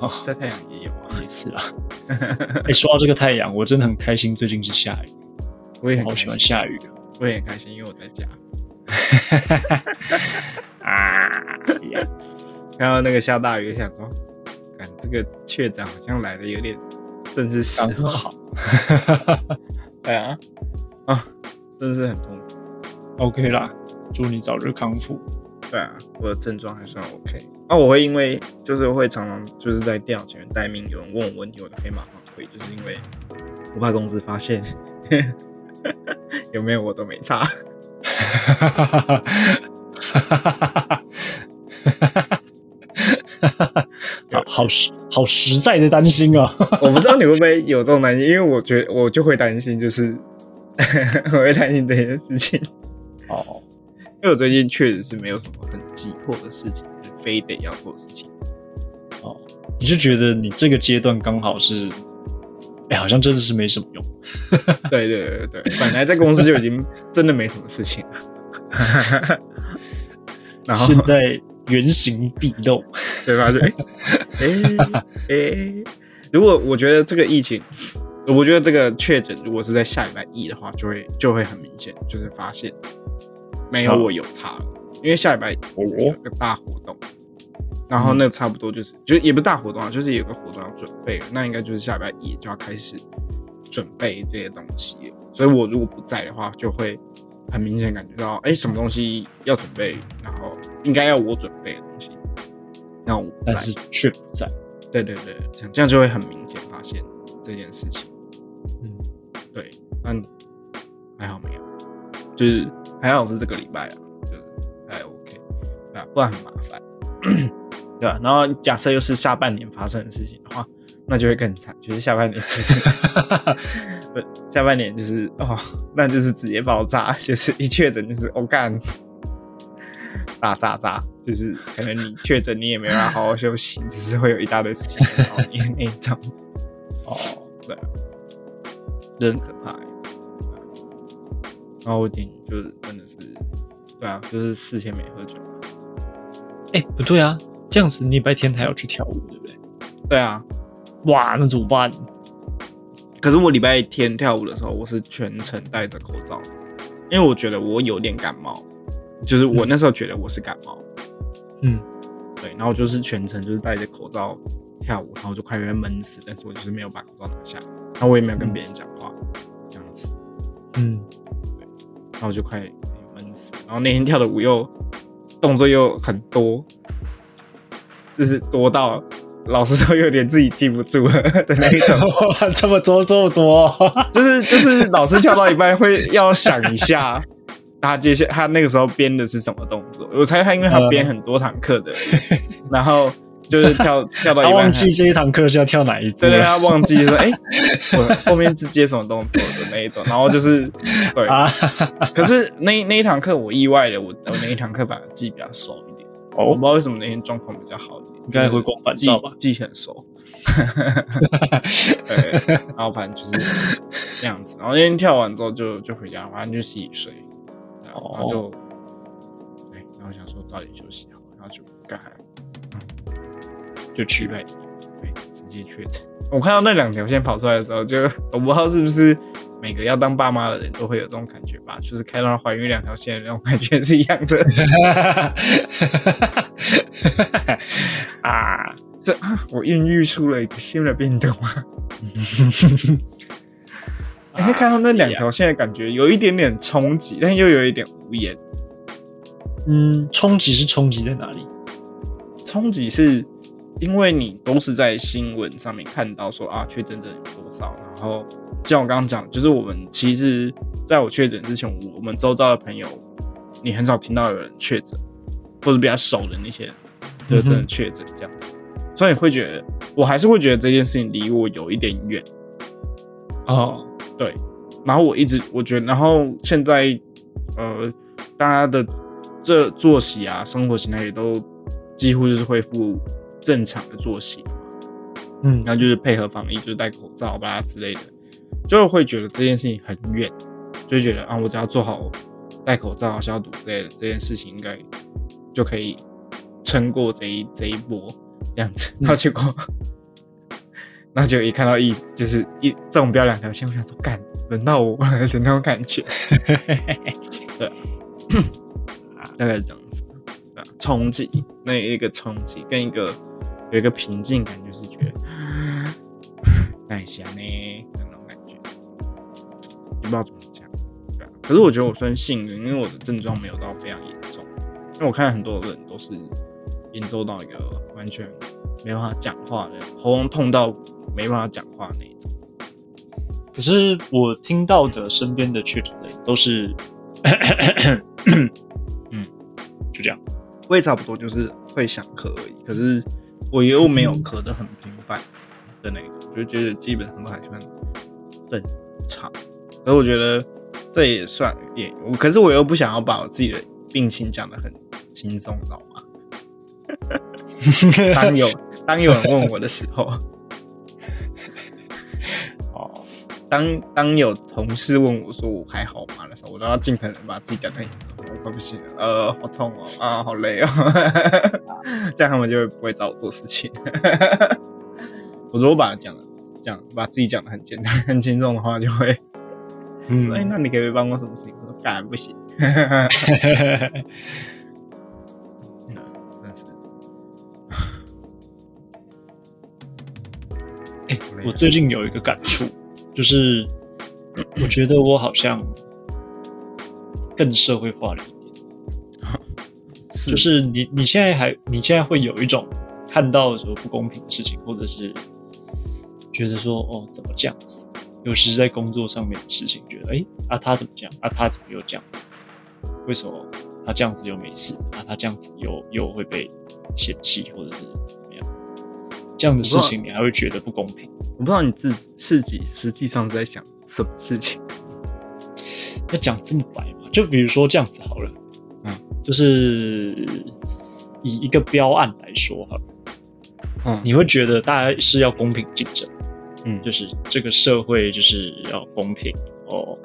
[SPEAKER 1] 啊，
[SPEAKER 2] 晒太阳也有啊。
[SPEAKER 1] 也是啊。哎、说到这个太阳，我真的很开心，最近是下雨，
[SPEAKER 2] 我也
[SPEAKER 1] 我
[SPEAKER 2] 很
[SPEAKER 1] 好
[SPEAKER 2] 开
[SPEAKER 1] 喜
[SPEAKER 2] 心
[SPEAKER 1] 欢，下雨啊。
[SPEAKER 2] 我也很开心，因为我在家
[SPEAKER 1] 啊，
[SPEAKER 2] 看到那个下大雨，想说，看这个确诊好像来的有点正是时
[SPEAKER 1] 刚
[SPEAKER 2] 候。
[SPEAKER 1] 好。
[SPEAKER 2] 对啊，啊，真的是很痛苦。
[SPEAKER 1] OK 啦，祝你早日康复。
[SPEAKER 2] 对啊，我的症状还算 OK。啊，我会因为就是会常常就是在电脑前面待命，有人问我问题，我就可以马上回，就是因为我怕公司发现 有没有我都没差。
[SPEAKER 1] 好好实好实在的担心啊！
[SPEAKER 2] 我不知道你会不会有这种担心，因为我觉得我就会担心，就是 我会担心这件事情，
[SPEAKER 1] 哦，
[SPEAKER 2] 因为我最近确实是没有什么很急迫的事情，就是非得要做的事情。
[SPEAKER 1] 你就觉得你这个阶段刚好是，哎、好像真的是没什么用。
[SPEAKER 2] 对对对对，对本来在公司就已经真的没什么事情了， 然后
[SPEAKER 1] 现在原形毕露，
[SPEAKER 2] 对发现，哎哎哎，如果我觉得这个疫情，我觉得这个确诊如果是在下礼拜一的话，就会就会很明显，就是发现没
[SPEAKER 1] 嗯
[SPEAKER 2] 有
[SPEAKER 1] 哦
[SPEAKER 2] 我有差了，因为下礼拜有个大活动，然
[SPEAKER 1] 嗯
[SPEAKER 2] 后那差不多就是就是也不是大活动啊，就是有个活动要准备了，那应该就是下礼拜一就要开始准备这些东西了，所以我如果不在的话，就会很明显感觉到，哎、什么东西要准备，然后应该要我准备的东西。那我不在
[SPEAKER 1] 但是却不在。
[SPEAKER 2] 对对对，这样这样就会很明显发现这件事情。
[SPEAKER 1] 嗯，
[SPEAKER 2] 对，但还好没有，就是还好是这个礼拜啊，就是还 OK，对啊，不然很麻烦， 对啊，然后假设又是下半年发生的事情的话，那就会更惨，就是下半年就是 不，下半年就是哦，那就是直接爆炸，就是一确诊就是我、哦、干，炸炸炸，就是可能你确诊你也没办法好好休息， 就是会有一大堆事情来找你的那一种。
[SPEAKER 1] 哦，
[SPEAKER 2] 真的很可怕、欸。然后我顶就是真的是，对啊，就是四天没喝酒。
[SPEAKER 1] 哎、不对啊，这样子你礼拜天还要去跳舞，对不对？
[SPEAKER 2] 对啊，
[SPEAKER 1] 哇，那怎么办？
[SPEAKER 2] 可是我礼拜天跳舞的时候，我是全程戴着口罩，因为我觉得我有点感冒，就是我那时候觉得我是感冒，
[SPEAKER 1] 嗯，
[SPEAKER 2] 对，然后我就是全程就是戴着口罩跳舞，然后我就快被闷死，但是我就是没有把口罩拿下，然后我也没有跟别人讲话，这样子，
[SPEAKER 1] 嗯，
[SPEAKER 2] 然后我就快闷死，然后那天跳的舞又动作又很多，就是多到老师都有点自己记不住了的那一种，
[SPEAKER 1] 哇， 这么多这么 多，
[SPEAKER 2] 就是就是老师跳到一半会要想一下。 他接下他那个时候编的是什么动作？我猜他因为他编很多堂 课的，然后就是跳跳到
[SPEAKER 1] 他
[SPEAKER 2] 一半，
[SPEAKER 1] 忘记这一堂课是要跳哪一步
[SPEAKER 2] 对对，
[SPEAKER 1] 了
[SPEAKER 2] 他忘记说，哎、我后面是接什么动作的那一种，然后就是对，
[SPEAKER 1] 啊？
[SPEAKER 2] 可是那那一堂课我意外的，我我那一堂课反而记比较熟一点，我
[SPEAKER 1] 哦
[SPEAKER 2] 不知，道为什么那天状况比较好一点，
[SPEAKER 1] 应该回光返
[SPEAKER 2] 记
[SPEAKER 1] 照吧？
[SPEAKER 2] 记 很熟，对，然后反正就是这样子，然后那天跳完之后就就回家，晚上就洗洗睡，然后然后
[SPEAKER 1] 哦
[SPEAKER 2] 就，对，然后想说早点休息好，然后就干。哎
[SPEAKER 1] 就
[SPEAKER 2] 礼
[SPEAKER 1] 去
[SPEAKER 2] 拜一，对，直接确诊。我看到那两条线跑出来的时候，就我不知道是不是每个要当爸妈的人都会有这种感觉吧，就是看到怀孕两条线的那种感觉是一样的。
[SPEAKER 1] 啊！
[SPEAKER 2] 这啊，我孕育出了一个新的病毒啊！哎、看到那两条线的感觉，有一点点冲击，但又有一点无言。
[SPEAKER 1] 嗯，冲击是冲击在哪里？
[SPEAKER 2] 冲击是因为你都是在新闻上面看到说啊确诊者有多少，然后就像我刚刚讲的，就是我们其实在我确诊之前，我们周遭的朋友，你很少听到有人确诊，或者比较熟的那些人就真的确诊这样子，所以你会觉得，我还是会觉得这件事情离我有一点远。
[SPEAKER 1] 哦，
[SPEAKER 2] 对，然后我一直我觉得，然后现在呃，大家的这作息啊、生活形态也都几乎就是恢复正常的作息，
[SPEAKER 1] 嗯
[SPEAKER 2] 然后就是配合防疫，就是戴口罩吧之类的，就会觉得这件事情很远，就会觉得啊，我只要做好戴口罩、消毒之类的这件事情，应该就可以撑过这一这一波这样子。然后结果，然后结果一看到一就是一中标两条线，我想说，干，轮到我了的那种感觉。对， 大概是这样子。对啊，冲击那一个冲击跟一个有一个平静感，就是觉得 那一下呢那种感觉，也不知道怎么讲。对啊，可是我觉得我算幸运，因为我的症状没有到非常严重，因为我看很多人都是严重到一个完全没办法讲话的，喉咙痛到没办法讲话那一种。
[SPEAKER 1] 可是我听到的身边的确诊的人都 是，嗯，就这样。
[SPEAKER 2] 我也差不多就是会想咳而已，可是我又没有咳得很频繁的那种，就觉得基本上都还算正常。可是我觉得这也算也，我可是我又不想要把我自己的病情讲得很轻松，你知道吗？ 当有当有人问我的时候，
[SPEAKER 1] 哦，
[SPEAKER 2] 当当有同事问我说我还好吗的时候，我都要尽可能把自己讲的我快不行了，呃，好痛哦，啊，好累哦， 这样他们就不会找我做事情。 我如果把它讲的讲把自己讲的很简单、很轻松的话，就会
[SPEAKER 1] 嗯
[SPEAKER 2] 说， 哎、那你可以帮我什么事情？我说干不行，真是。
[SPEAKER 1] 哎我最近有一个感触，就是我觉得我好像更社会化了一点。
[SPEAKER 2] 是
[SPEAKER 1] 就是呃你你现在还你现在会有一种看到什么不公平的事情，或者是觉得说哦怎么这样子，尤其是在工作上面的事情，觉得哎、诶啊他怎么这样啊他怎么又这样子，为什么他这样子又没事啊他这样子又又会被嫌弃或者是怎么样这样的呃事情，你还会觉得不公平。
[SPEAKER 2] 我不知道你自己自己实际上是在想什么事情。
[SPEAKER 1] 要讲这么白嘛？就比如说这样子好了，
[SPEAKER 2] 嗯，
[SPEAKER 1] 就是以一个标案来说好了。
[SPEAKER 2] 嗯，
[SPEAKER 1] 你会觉得大家是要公平竞争，
[SPEAKER 2] 嗯
[SPEAKER 1] 就是这个社会就是要公平哦，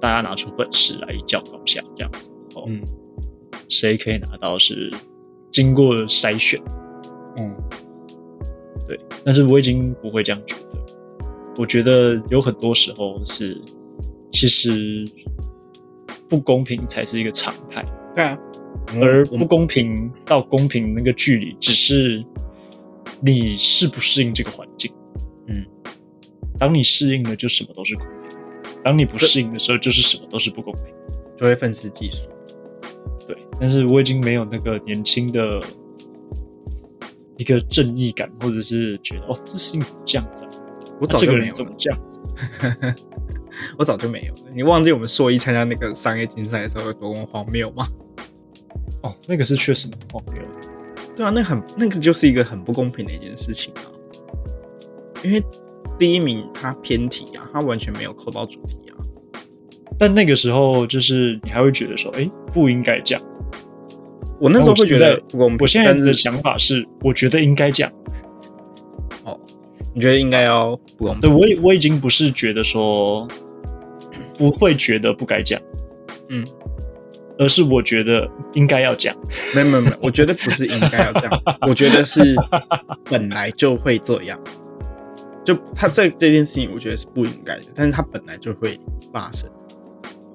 [SPEAKER 1] 大家拿出本事来一较高下这样子哦，
[SPEAKER 2] 嗯
[SPEAKER 1] 谁可以拿到是经过筛选，
[SPEAKER 2] 嗯
[SPEAKER 1] 对，但是我已经不会这样觉得，我觉得有很多时候是其实不公平才是一个常态，
[SPEAKER 2] 对啊，
[SPEAKER 1] 而不
[SPEAKER 2] 我们
[SPEAKER 1] 公平到公平那个距离，只是你适不适应这个环境。
[SPEAKER 2] 嗯，
[SPEAKER 1] 当你适应了，就什么都是公平；当你不
[SPEAKER 2] 对
[SPEAKER 1] 适应的时候，就是什么都是不公平。
[SPEAKER 2] 就会愤世嫉俗。
[SPEAKER 1] 对，但是我已经没有那个年轻的一个正义感，或者是觉得哦，这事情怎么这样子、啊？
[SPEAKER 2] 我早
[SPEAKER 1] 这个
[SPEAKER 2] 就没
[SPEAKER 1] 人
[SPEAKER 2] 有
[SPEAKER 1] 怎么
[SPEAKER 2] 了，
[SPEAKER 1] 这样子？啊
[SPEAKER 2] 我早就没有了。你忘记我们硕一参加那个商业竞赛的时候有多么荒谬吗？
[SPEAKER 1] 哦，那个是确实蛮荒谬的。
[SPEAKER 2] 对啊，那很那个就是一个很不公平的一件事情啊，因为第一名他偏题啊，他完全没有扣到主题啊。
[SPEAKER 1] 但那个时候，就是你还会觉得说，哎、不应该这样。
[SPEAKER 2] 我那时候会觉
[SPEAKER 1] 哦然后我现
[SPEAKER 2] 得
[SPEAKER 1] 在
[SPEAKER 2] 不公平，
[SPEAKER 1] 我现在的
[SPEAKER 2] 嗯但是
[SPEAKER 1] 想法是，我觉得应该这样。
[SPEAKER 2] 你觉得应该要不公
[SPEAKER 1] 对
[SPEAKER 2] 平？
[SPEAKER 1] 我已我已经不是觉得说不会觉得不该这样，
[SPEAKER 2] 嗯，
[SPEAKER 1] 而是我觉得应该要这样。
[SPEAKER 2] 没有没有没有，我觉得不是应该要这 样，我觉得是本来就会这样。就他这这件事情，我觉得是不应该的，但是他本来就会发生。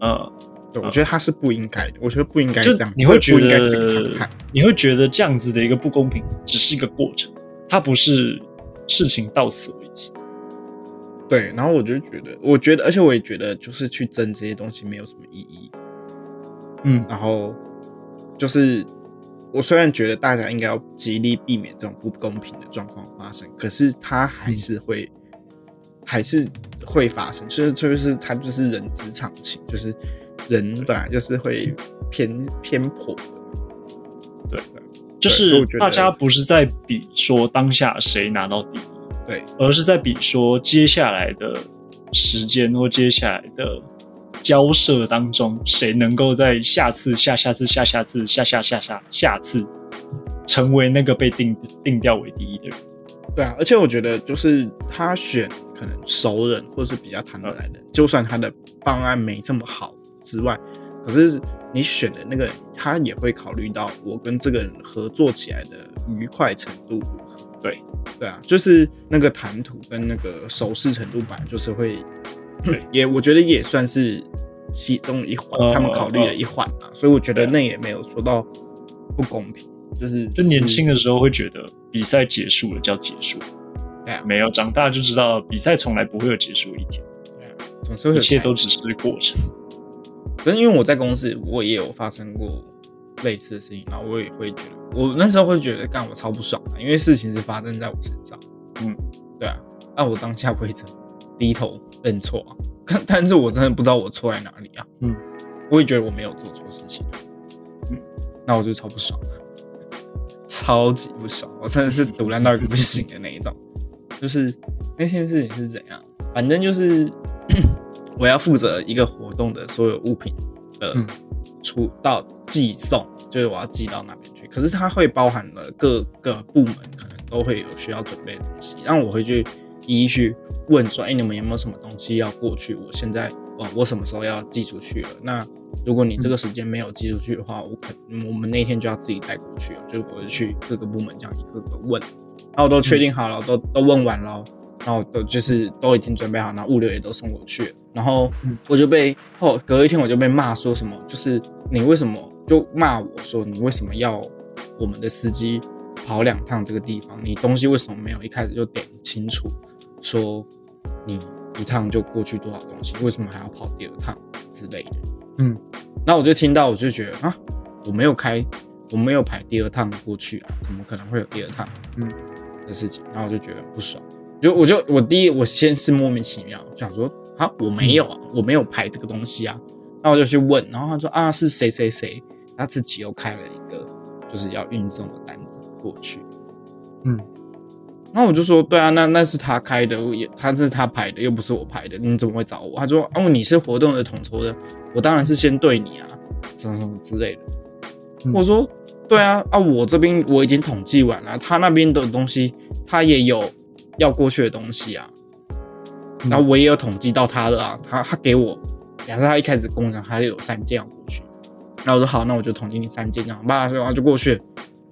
[SPEAKER 1] 呃，
[SPEAKER 2] 对，我
[SPEAKER 1] 嗯
[SPEAKER 2] 觉得他是不应该的，我觉得不应该
[SPEAKER 1] 就
[SPEAKER 2] 这样，
[SPEAKER 1] 你会
[SPEAKER 2] 这
[SPEAKER 1] 觉
[SPEAKER 2] 不应该是个常
[SPEAKER 1] 得
[SPEAKER 2] 态。
[SPEAKER 1] 你会觉得这样子的一个不公平只是一个过程，它不是事情到此为止。
[SPEAKER 2] 对，然后我就觉得，我觉得，而且我也觉得，就是去争这些东西没有什么意义。
[SPEAKER 1] 嗯，
[SPEAKER 2] 然后就是我虽然觉得大家应该要极力避免这种不公平的状况发生，可是它还是会、还是会发生，所以这就是它就是人之常情，就是人本来就是会偏偏颇的。
[SPEAKER 1] 对就
[SPEAKER 2] 对所以
[SPEAKER 1] 是
[SPEAKER 2] 我觉得
[SPEAKER 1] 大家不是在比说当下谁拿到第一，
[SPEAKER 2] 对，
[SPEAKER 1] 而是在比说接下来的时间或接下来的交涉当中，谁能够在下次、下下次、下下次、下下下下下次成为那个被定定调为第一的人。
[SPEAKER 2] 对啊，而且我觉得就是他选可能熟人或是比较谈得来
[SPEAKER 1] 嗯
[SPEAKER 2] 的，就算他的方案没这么好之外，可是你选的那个人，他也会考虑到我跟这个人合作起来的愉快程度如何。
[SPEAKER 1] 对，
[SPEAKER 2] 对啊，就是那个谈吐跟那个熟识程度，本来就是会，
[SPEAKER 1] 对
[SPEAKER 2] 也我觉得也算是其中一环，
[SPEAKER 1] 呃
[SPEAKER 2] 他们考虑的一环啊，所以我觉
[SPEAKER 1] 对
[SPEAKER 2] 得
[SPEAKER 1] 啊
[SPEAKER 2] 那也没有说到不公平，就是
[SPEAKER 1] 就年轻
[SPEAKER 2] 的
[SPEAKER 1] 的时候会觉得比赛结束了叫结束，
[SPEAKER 2] 对啊
[SPEAKER 1] 没有长大就知道比赛从来不会有结束一天，
[SPEAKER 2] 总是会
[SPEAKER 1] 一
[SPEAKER 2] 有
[SPEAKER 1] 切
[SPEAKER 2] 裁
[SPEAKER 1] 都只是过程。
[SPEAKER 2] 可是因为我在公司，我也有发生过类似的事情，然后我也会觉得，我那时候会觉得，干我超不爽的，因为事情是发生在我身上，
[SPEAKER 1] 嗯，
[SPEAKER 2] 对啊，那我当下不会怎么低头认错啊，但但是我真的不知道我错在哪里啊，
[SPEAKER 1] 嗯，
[SPEAKER 2] 我也觉得我没有做错事情，啊
[SPEAKER 1] 嗯，
[SPEAKER 2] 那我就超不爽的，超级不爽，我真的是堵烂到一个不行的那一种，就是那件事情是怎样，反正就是 我要负责一个活动的所有物品的
[SPEAKER 1] 嗯
[SPEAKER 2] 出到寄送，就是我要寄到那边去。可是它会包含了各个部门可能都会有需要准备的东西，然后我会去一一去问说，哎、你们有没有什么东西要过去？我现在哦，我什么时候要寄出去了？那如果你这个时间没有寄出去的话，我可我们那天就要自己带过去了，就是我就去各个部门这样一个个问，然后我都确定好了，都都问完了。然后我都就是都已经准备好，然后物流也都送过去了，然后
[SPEAKER 1] 嗯
[SPEAKER 2] 我就被后隔一天我就被骂说什么，就是你为什么就骂我说你为什么要我们的司机跑两趟这个地方，你东西为什么没有一开始就点清楚，说你一趟就过去多少东西，为什么还要跑第二趟之类的，
[SPEAKER 1] 嗯，
[SPEAKER 2] 然后我就听到我就觉得啊，我没有开，我没有排第二趟过去啊，怎么可能会有第二趟？
[SPEAKER 1] 嗯
[SPEAKER 2] 的事情，然后我就觉得很不爽。就我就我第一我先是莫名其妙，想说啊我没有啊，我没有排这个东西啊，那我就去问，然后他说啊是谁谁谁，他自己又开了一个就是要运送的单子过去，
[SPEAKER 1] 嗯，
[SPEAKER 2] 那我就说对啊，那那是他开的，我也他是他排的，又不是我排的，你怎么会找我？他说哦你是活动的统筹的，我当然是先对你啊，什么什么之类的。
[SPEAKER 1] 嗯
[SPEAKER 2] 我说对啊，啊，我这边我已经统计完了，他那边的东西他也有要过去的东西啊，
[SPEAKER 1] 嗯
[SPEAKER 2] 然后我也有统计到他了啊，他他给我，假设他一开始跟我讲他有三件要过去，那我说好，那我就统计你三件这样，吧，然后就过去了，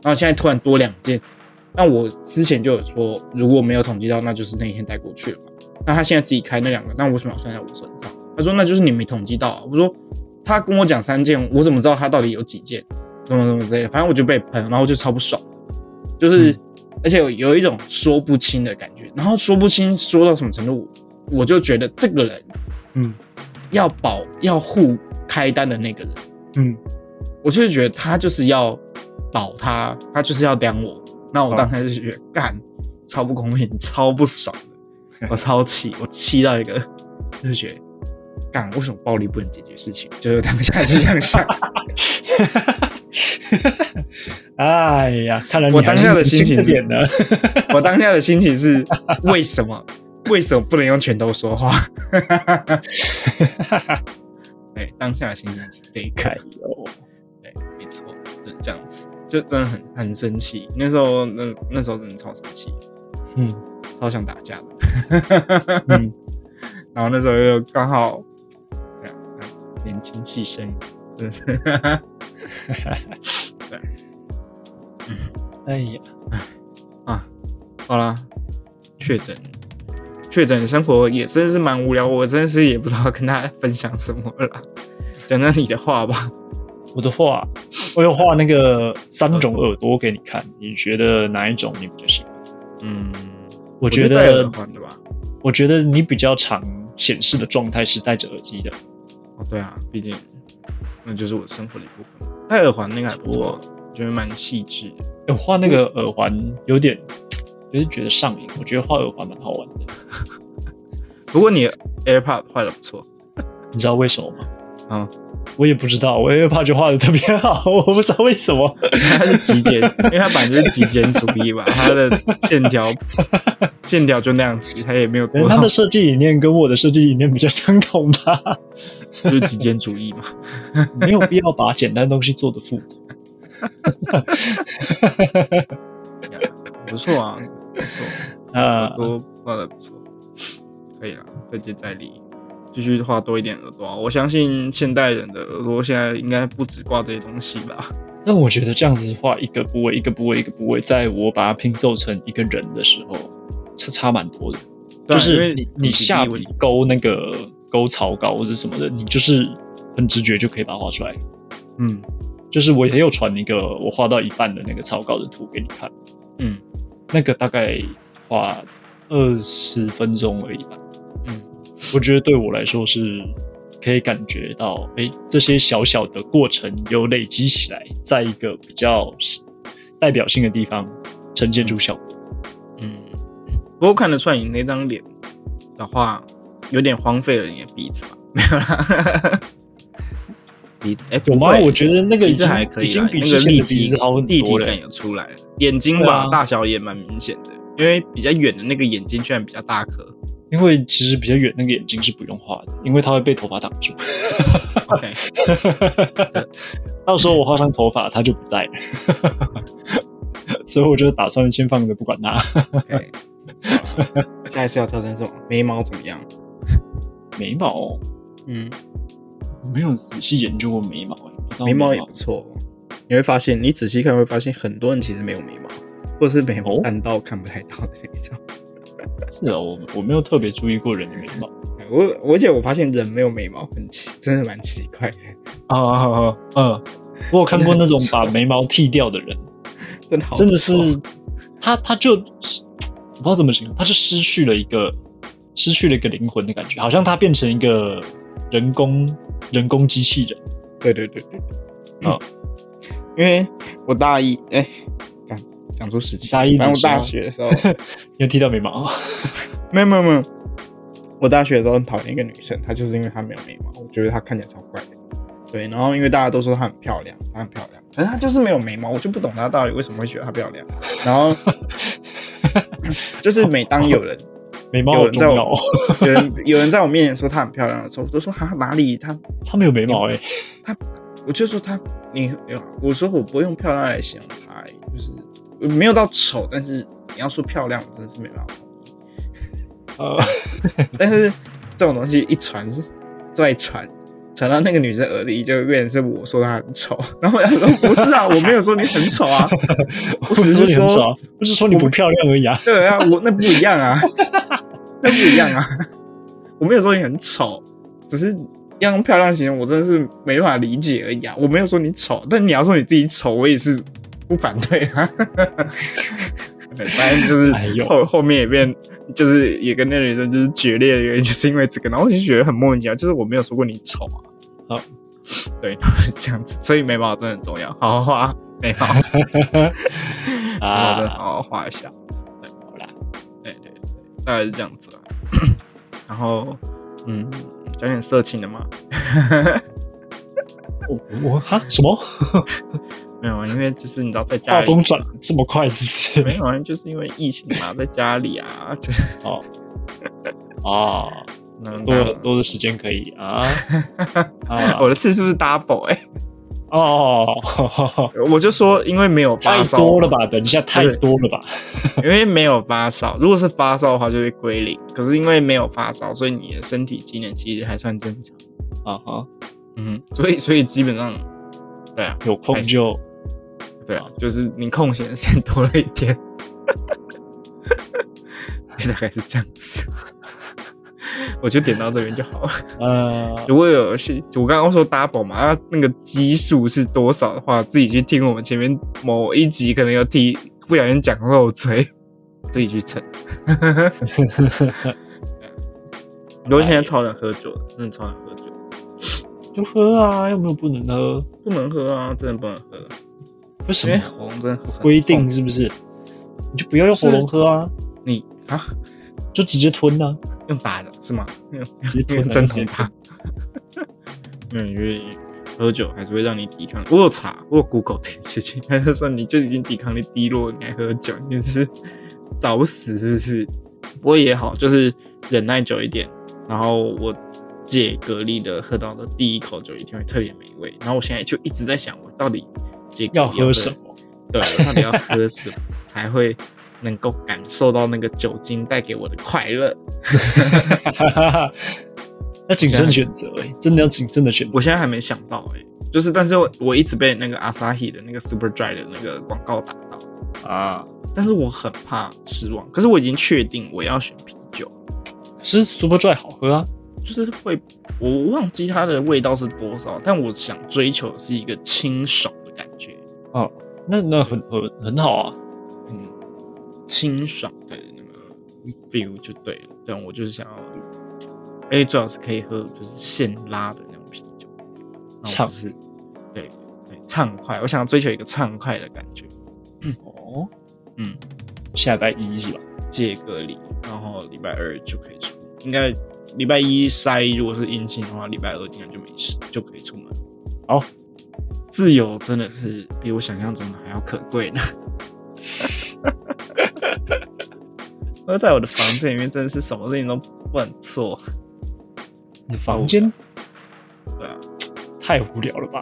[SPEAKER 2] 然后现在突然多两件，那我之前就有说如果没有统计到，那就是那一天带过去了嘛，那他现在自己开那两个，那为什么要算在我身上？他说那就是你没统计到啊，我说他跟我讲三件，我怎么知道他到底有几件？怎么怎么之类的，反正我就被喷，然后我就超不爽，就是、而且有有一种说不清的感觉，然后说不清说到什么程度，我我就觉得这个人
[SPEAKER 1] 嗯
[SPEAKER 2] 要保要护开单的那个人，
[SPEAKER 1] 嗯，
[SPEAKER 2] 我就是觉得他就是要保他，他就是要刁我，那我当时就觉得干超不公平，超不爽的，我超气，我气到一个就是觉得干为什么暴力不能解决事情，就是当下是这样想。
[SPEAKER 1] 哎呀，看来你
[SPEAKER 2] 我
[SPEAKER 1] 还
[SPEAKER 2] 当
[SPEAKER 1] 是
[SPEAKER 2] 下的
[SPEAKER 1] 理
[SPEAKER 2] 心情
[SPEAKER 1] 一
[SPEAKER 2] 是
[SPEAKER 1] 点的，
[SPEAKER 2] 我当下的心情是为什么？为什么不能用拳头说话？ 对，当下的心情是这一个
[SPEAKER 1] 哎。呦，
[SPEAKER 2] 对，没错，就是这样子，就真的很很生气。那时候，那那时候真的超生气，
[SPEAKER 1] 嗯
[SPEAKER 2] 超想打架的。
[SPEAKER 1] 嗯，
[SPEAKER 2] 然后那时候又刚好这样，年轻气盛，真的是。
[SPEAKER 1] 哎呀，
[SPEAKER 2] 啊，好啦，确诊，确诊生活也真是蛮无聊，我真是也不知道跟大家分享什么了啦。讲讲你的话吧，
[SPEAKER 1] 我的话，我有画那个三种耳朵给你看，你觉得哪一种你比较喜欢？
[SPEAKER 2] 嗯，
[SPEAKER 1] 我
[SPEAKER 2] 觉
[SPEAKER 1] 觉
[SPEAKER 2] 戴
[SPEAKER 1] 得
[SPEAKER 2] 耳，环的吧，
[SPEAKER 1] 我觉得你比较常显示的状态是戴着耳机的。
[SPEAKER 2] 哦，对啊，毕竟那就是我生活的一部分。戴耳环那个还不错，觉得蛮细致的。
[SPEAKER 1] 哎我画那个耳环有点，就是觉得上瘾。我觉得画耳环蛮好玩的，
[SPEAKER 2] 不过你的 AirPod 坏的不错，
[SPEAKER 1] 你知道为什么吗？
[SPEAKER 2] 嗯，
[SPEAKER 1] 我也不知道，我也怕就画的特别好， 我不知道为什么。
[SPEAKER 2] 它是极简，因为它本来就是极简主义吧，它的线条线条就那样子，它也没有
[SPEAKER 1] 可能
[SPEAKER 2] 多
[SPEAKER 1] 他
[SPEAKER 2] 好
[SPEAKER 1] 的，设计理念跟我的设计理念比较相同吧，
[SPEAKER 2] 就是极简主义嘛。
[SPEAKER 1] 没有必要把简单东西做的复杂。
[SPEAKER 2] 不错啊，不错，
[SPEAKER 1] 啊、
[SPEAKER 2] 都画的不错，可以啦，再接再厉，继续画多一点耳朵啊。我相信现代人的耳朵现在应该不止挂这些东西吧？
[SPEAKER 1] 但我觉得这样子画一个部位一个部位一个部位，在我把它拼凑成一个人的时候，这差蛮多的。就
[SPEAKER 2] 对啊因
[SPEAKER 1] 是
[SPEAKER 2] 为
[SPEAKER 1] 你
[SPEAKER 2] 你
[SPEAKER 1] 你下
[SPEAKER 2] 比例
[SPEAKER 1] 笔勾那个勾草稿或者什么的，你就是很直觉就可以把它画出来。
[SPEAKER 2] 嗯
[SPEAKER 1] 就是我也有传一个我画到一半的那个草稿的图给你看，
[SPEAKER 2] 嗯
[SPEAKER 1] 那个大概画二十分钟而已吧。
[SPEAKER 2] 嗯，
[SPEAKER 1] 我觉得对我来说是可以感觉到，哎、这些小小的过程有累积起来，在一个比较代表性的地方呈现出效果。
[SPEAKER 2] 嗯。不过看得出来你那张脸的话，有点荒废了你的鼻子吧？ 没有啦， 鼻子哎、
[SPEAKER 1] 有吗
[SPEAKER 2] 不会
[SPEAKER 1] 我觉得那个
[SPEAKER 2] 鼻
[SPEAKER 1] 已
[SPEAKER 2] 子
[SPEAKER 1] 经
[SPEAKER 2] 还可以啦，
[SPEAKER 1] 已经比
[SPEAKER 2] 那
[SPEAKER 1] 之
[SPEAKER 2] 个
[SPEAKER 1] 前的
[SPEAKER 2] 立
[SPEAKER 1] 鼻
[SPEAKER 2] 体
[SPEAKER 1] 子好很
[SPEAKER 2] 立体
[SPEAKER 1] 多了
[SPEAKER 2] 感有出来了，眼睛
[SPEAKER 1] 对
[SPEAKER 2] 吧、
[SPEAKER 1] 啊
[SPEAKER 2] 大小也蛮明显的，因为比较远的那个眼睛居然比较大颗。
[SPEAKER 1] 因为其实比较远那个眼睛是不用画的，因为它会被头发挡住。
[SPEAKER 2] OK，
[SPEAKER 1] 到时候我画上头发，它就不在了。 所以我就打算先放着不管它。
[SPEAKER 2] OK，下一次要挑战什么？眉毛怎么样？
[SPEAKER 1] 眉毛，
[SPEAKER 2] 嗯，
[SPEAKER 1] 我没有仔细研究过眉毛、欸，不知道
[SPEAKER 2] 眉毛
[SPEAKER 1] 毛
[SPEAKER 2] 也不错哦。你会发现，你仔细看会发现，很多人其实没有眉毛，或者是眉毛
[SPEAKER 1] 哦
[SPEAKER 2] 淡到看不太到的那种。
[SPEAKER 1] 是啊，我我没有特别注意过人的眉毛
[SPEAKER 2] 对我我而且我发现人没有眉毛很奇，真的蛮奇怪的，
[SPEAKER 1] 啊啊啊！嗯，我有看过那种把眉毛剃掉的人，
[SPEAKER 2] 真的好
[SPEAKER 1] 真的是
[SPEAKER 2] 丑
[SPEAKER 1] 他他就我不知道怎么形容，他就失去了一个失去了一个灵魂的感觉，好像他变成一个人工人工机器人。
[SPEAKER 2] 对对对对，
[SPEAKER 1] 哦
[SPEAKER 2] 因为我大一哎，讲讲出时期，
[SPEAKER 1] 大一的
[SPEAKER 2] 反正我
[SPEAKER 1] 时候
[SPEAKER 2] 大学的时候，
[SPEAKER 1] 你有剃掉眉毛？
[SPEAKER 2] 没有没有没有，我大学的时候很讨厌一个女生，她就是因为她没有眉毛，我觉得她看起来超怪的。对，然后因为大家都说她很漂亮，她很漂亮，可是她就是没有眉毛，我就不懂她到底为什么会觉得她漂亮。然后 就是每当有人
[SPEAKER 1] 眉毛
[SPEAKER 2] 有
[SPEAKER 1] 好
[SPEAKER 2] 人
[SPEAKER 1] 重
[SPEAKER 2] 在
[SPEAKER 1] 要哦
[SPEAKER 2] 我， 有人有人在我面前说她很漂亮的时候，我都说她哪里她
[SPEAKER 1] 他没有眉毛哎、
[SPEAKER 2] 我就说他，你啊我说我不会用漂亮来形容他、欸就是没有到丑，但是你要说漂亮，我真的是没办法。
[SPEAKER 1] 呃，
[SPEAKER 2] 但是这种东西一传是再传，传到那个女生耳里，就变成是我说她很丑。 然后我想说不是啊，我没有说你很丑 啊，我只
[SPEAKER 1] 不
[SPEAKER 2] 是
[SPEAKER 1] 你很
[SPEAKER 2] 说
[SPEAKER 1] 丑啊，不是说你不漂亮而已啊。
[SPEAKER 2] 对啊，我那不 一样啊，那不一样啊，我没有说你很丑，只是要用漂亮形容，我真的是没办法理解而已啊！我没有说你丑，但你要说你自己丑，我也是不反对啊。 对反正就是
[SPEAKER 1] 哎呦
[SPEAKER 2] 后后面也变，就是也跟那个女生就是决裂的原因，就是因为这个，然后我就觉得很莫名其妙，就是我没有说过你丑啊。
[SPEAKER 1] 好，
[SPEAKER 2] 对， 这样子，所以眉毛真的很重要，好好画眉毛，好的，
[SPEAKER 1] 啊，
[SPEAKER 2] 好好画一下。
[SPEAKER 1] 好啦，
[SPEAKER 2] 对对对，大概是这样子啊。 然后，嗯，讲点色情的嘛，
[SPEAKER 1] 我我哈什么
[SPEAKER 2] 没有啊，因为就是你知道在家
[SPEAKER 1] 大
[SPEAKER 2] 里
[SPEAKER 1] 风转这么快是不是？
[SPEAKER 2] 没有啊，就是因为疫情嘛，在家里啊，就是
[SPEAKER 1] 哦哦，
[SPEAKER 2] 能
[SPEAKER 1] 多有多的时间可以 啊啊
[SPEAKER 2] 我的次数是 double 哎、
[SPEAKER 1] 哦，
[SPEAKER 2] 我就说因为没有
[SPEAKER 1] 太
[SPEAKER 2] 发烧，
[SPEAKER 1] 多了？吧？等一下太多了吧？
[SPEAKER 2] 因为没有发烧，如果是发烧的话就会归零，可是因为没有发烧，所以你的身体机能其实还算正常。
[SPEAKER 1] 啊哈，
[SPEAKER 2] 嗯，所以所以基本上，对啊，
[SPEAKER 1] 有空就
[SPEAKER 2] 对啊，就是你空闲的时间多了一点， 大概是这样子。我就点到这边就好了。
[SPEAKER 1] 呃，
[SPEAKER 2] 如果有是，我刚刚说 double 嘛，啊那那个基数是多少的话，自己去听我们前面某一集，可能有提不小心讲漏嘴，自己去 称。我现在超能喝酒的，真的超能喝酒，
[SPEAKER 1] 就喝啊，又没有不能喝，
[SPEAKER 2] 不能喝啊，真的不能喝，
[SPEAKER 1] 为什
[SPEAKER 2] 因为
[SPEAKER 1] 么
[SPEAKER 2] 喉哎咙真的很痛
[SPEAKER 1] 规定是不是？你就不要用喉咙喝啊，
[SPEAKER 2] 你啊，
[SPEAKER 1] 就直接吞啊，
[SPEAKER 2] 用打的是吗？用
[SPEAKER 1] 直接吞
[SPEAKER 2] 用
[SPEAKER 1] 啊
[SPEAKER 2] 针筒打。嗯，因为喝酒还是会让你抵抗。我有查，我有 Google 这件事情，他就说你就已经抵抗力低落，你还喝酒，你就是找死是不是？不过也好，就是忍耐久一点。然后我解隔离的喝到的第一口酒一定会特别美味。然后我现在就一直在想，我到底解隔离
[SPEAKER 1] 要喝什
[SPEAKER 2] 么？
[SPEAKER 1] 么？
[SPEAKER 2] 对，我到底要喝什么才会能够感受到那个酒精带给我的快乐？
[SPEAKER 1] 哈哈哈，要啊谨慎选择、欸，真的要谨慎的选择。
[SPEAKER 2] 我现在还没想到哎、就是但是我我一直被那个 Asahi 的那个 Super Dry 的那个广告打到啊，但是我很怕失望。可是我已经确定我要选啤酒，
[SPEAKER 1] 可是 Super Dry 好喝啊，
[SPEAKER 2] 就是会我忘记它的味道是多少，但我想追求的是一个清爽的感觉，
[SPEAKER 1] 那那很很很好啊。
[SPEAKER 2] 嗯，清爽的那个 feel 就对了。但我就是想要，而且最好是可以喝就是现拉的那种啤酒，
[SPEAKER 1] 畅
[SPEAKER 2] 是，对对，畅快。我想要追求一个畅快的感觉。
[SPEAKER 1] 哦，
[SPEAKER 2] 嗯，
[SPEAKER 1] 下礼拜一是吧？
[SPEAKER 2] 借隔离，然后礼拜二就可以出门。应该礼拜一筛如果是阴性的话，礼拜二应该就没事，就可以出门。
[SPEAKER 1] 好，
[SPEAKER 2] 自由真的是比我想象中的还要可贵呢。我在我的房间里面，真的是什么事情都不能做。
[SPEAKER 1] 你
[SPEAKER 2] 哦
[SPEAKER 1] 房间
[SPEAKER 2] 对啊，
[SPEAKER 1] 太无聊了吧？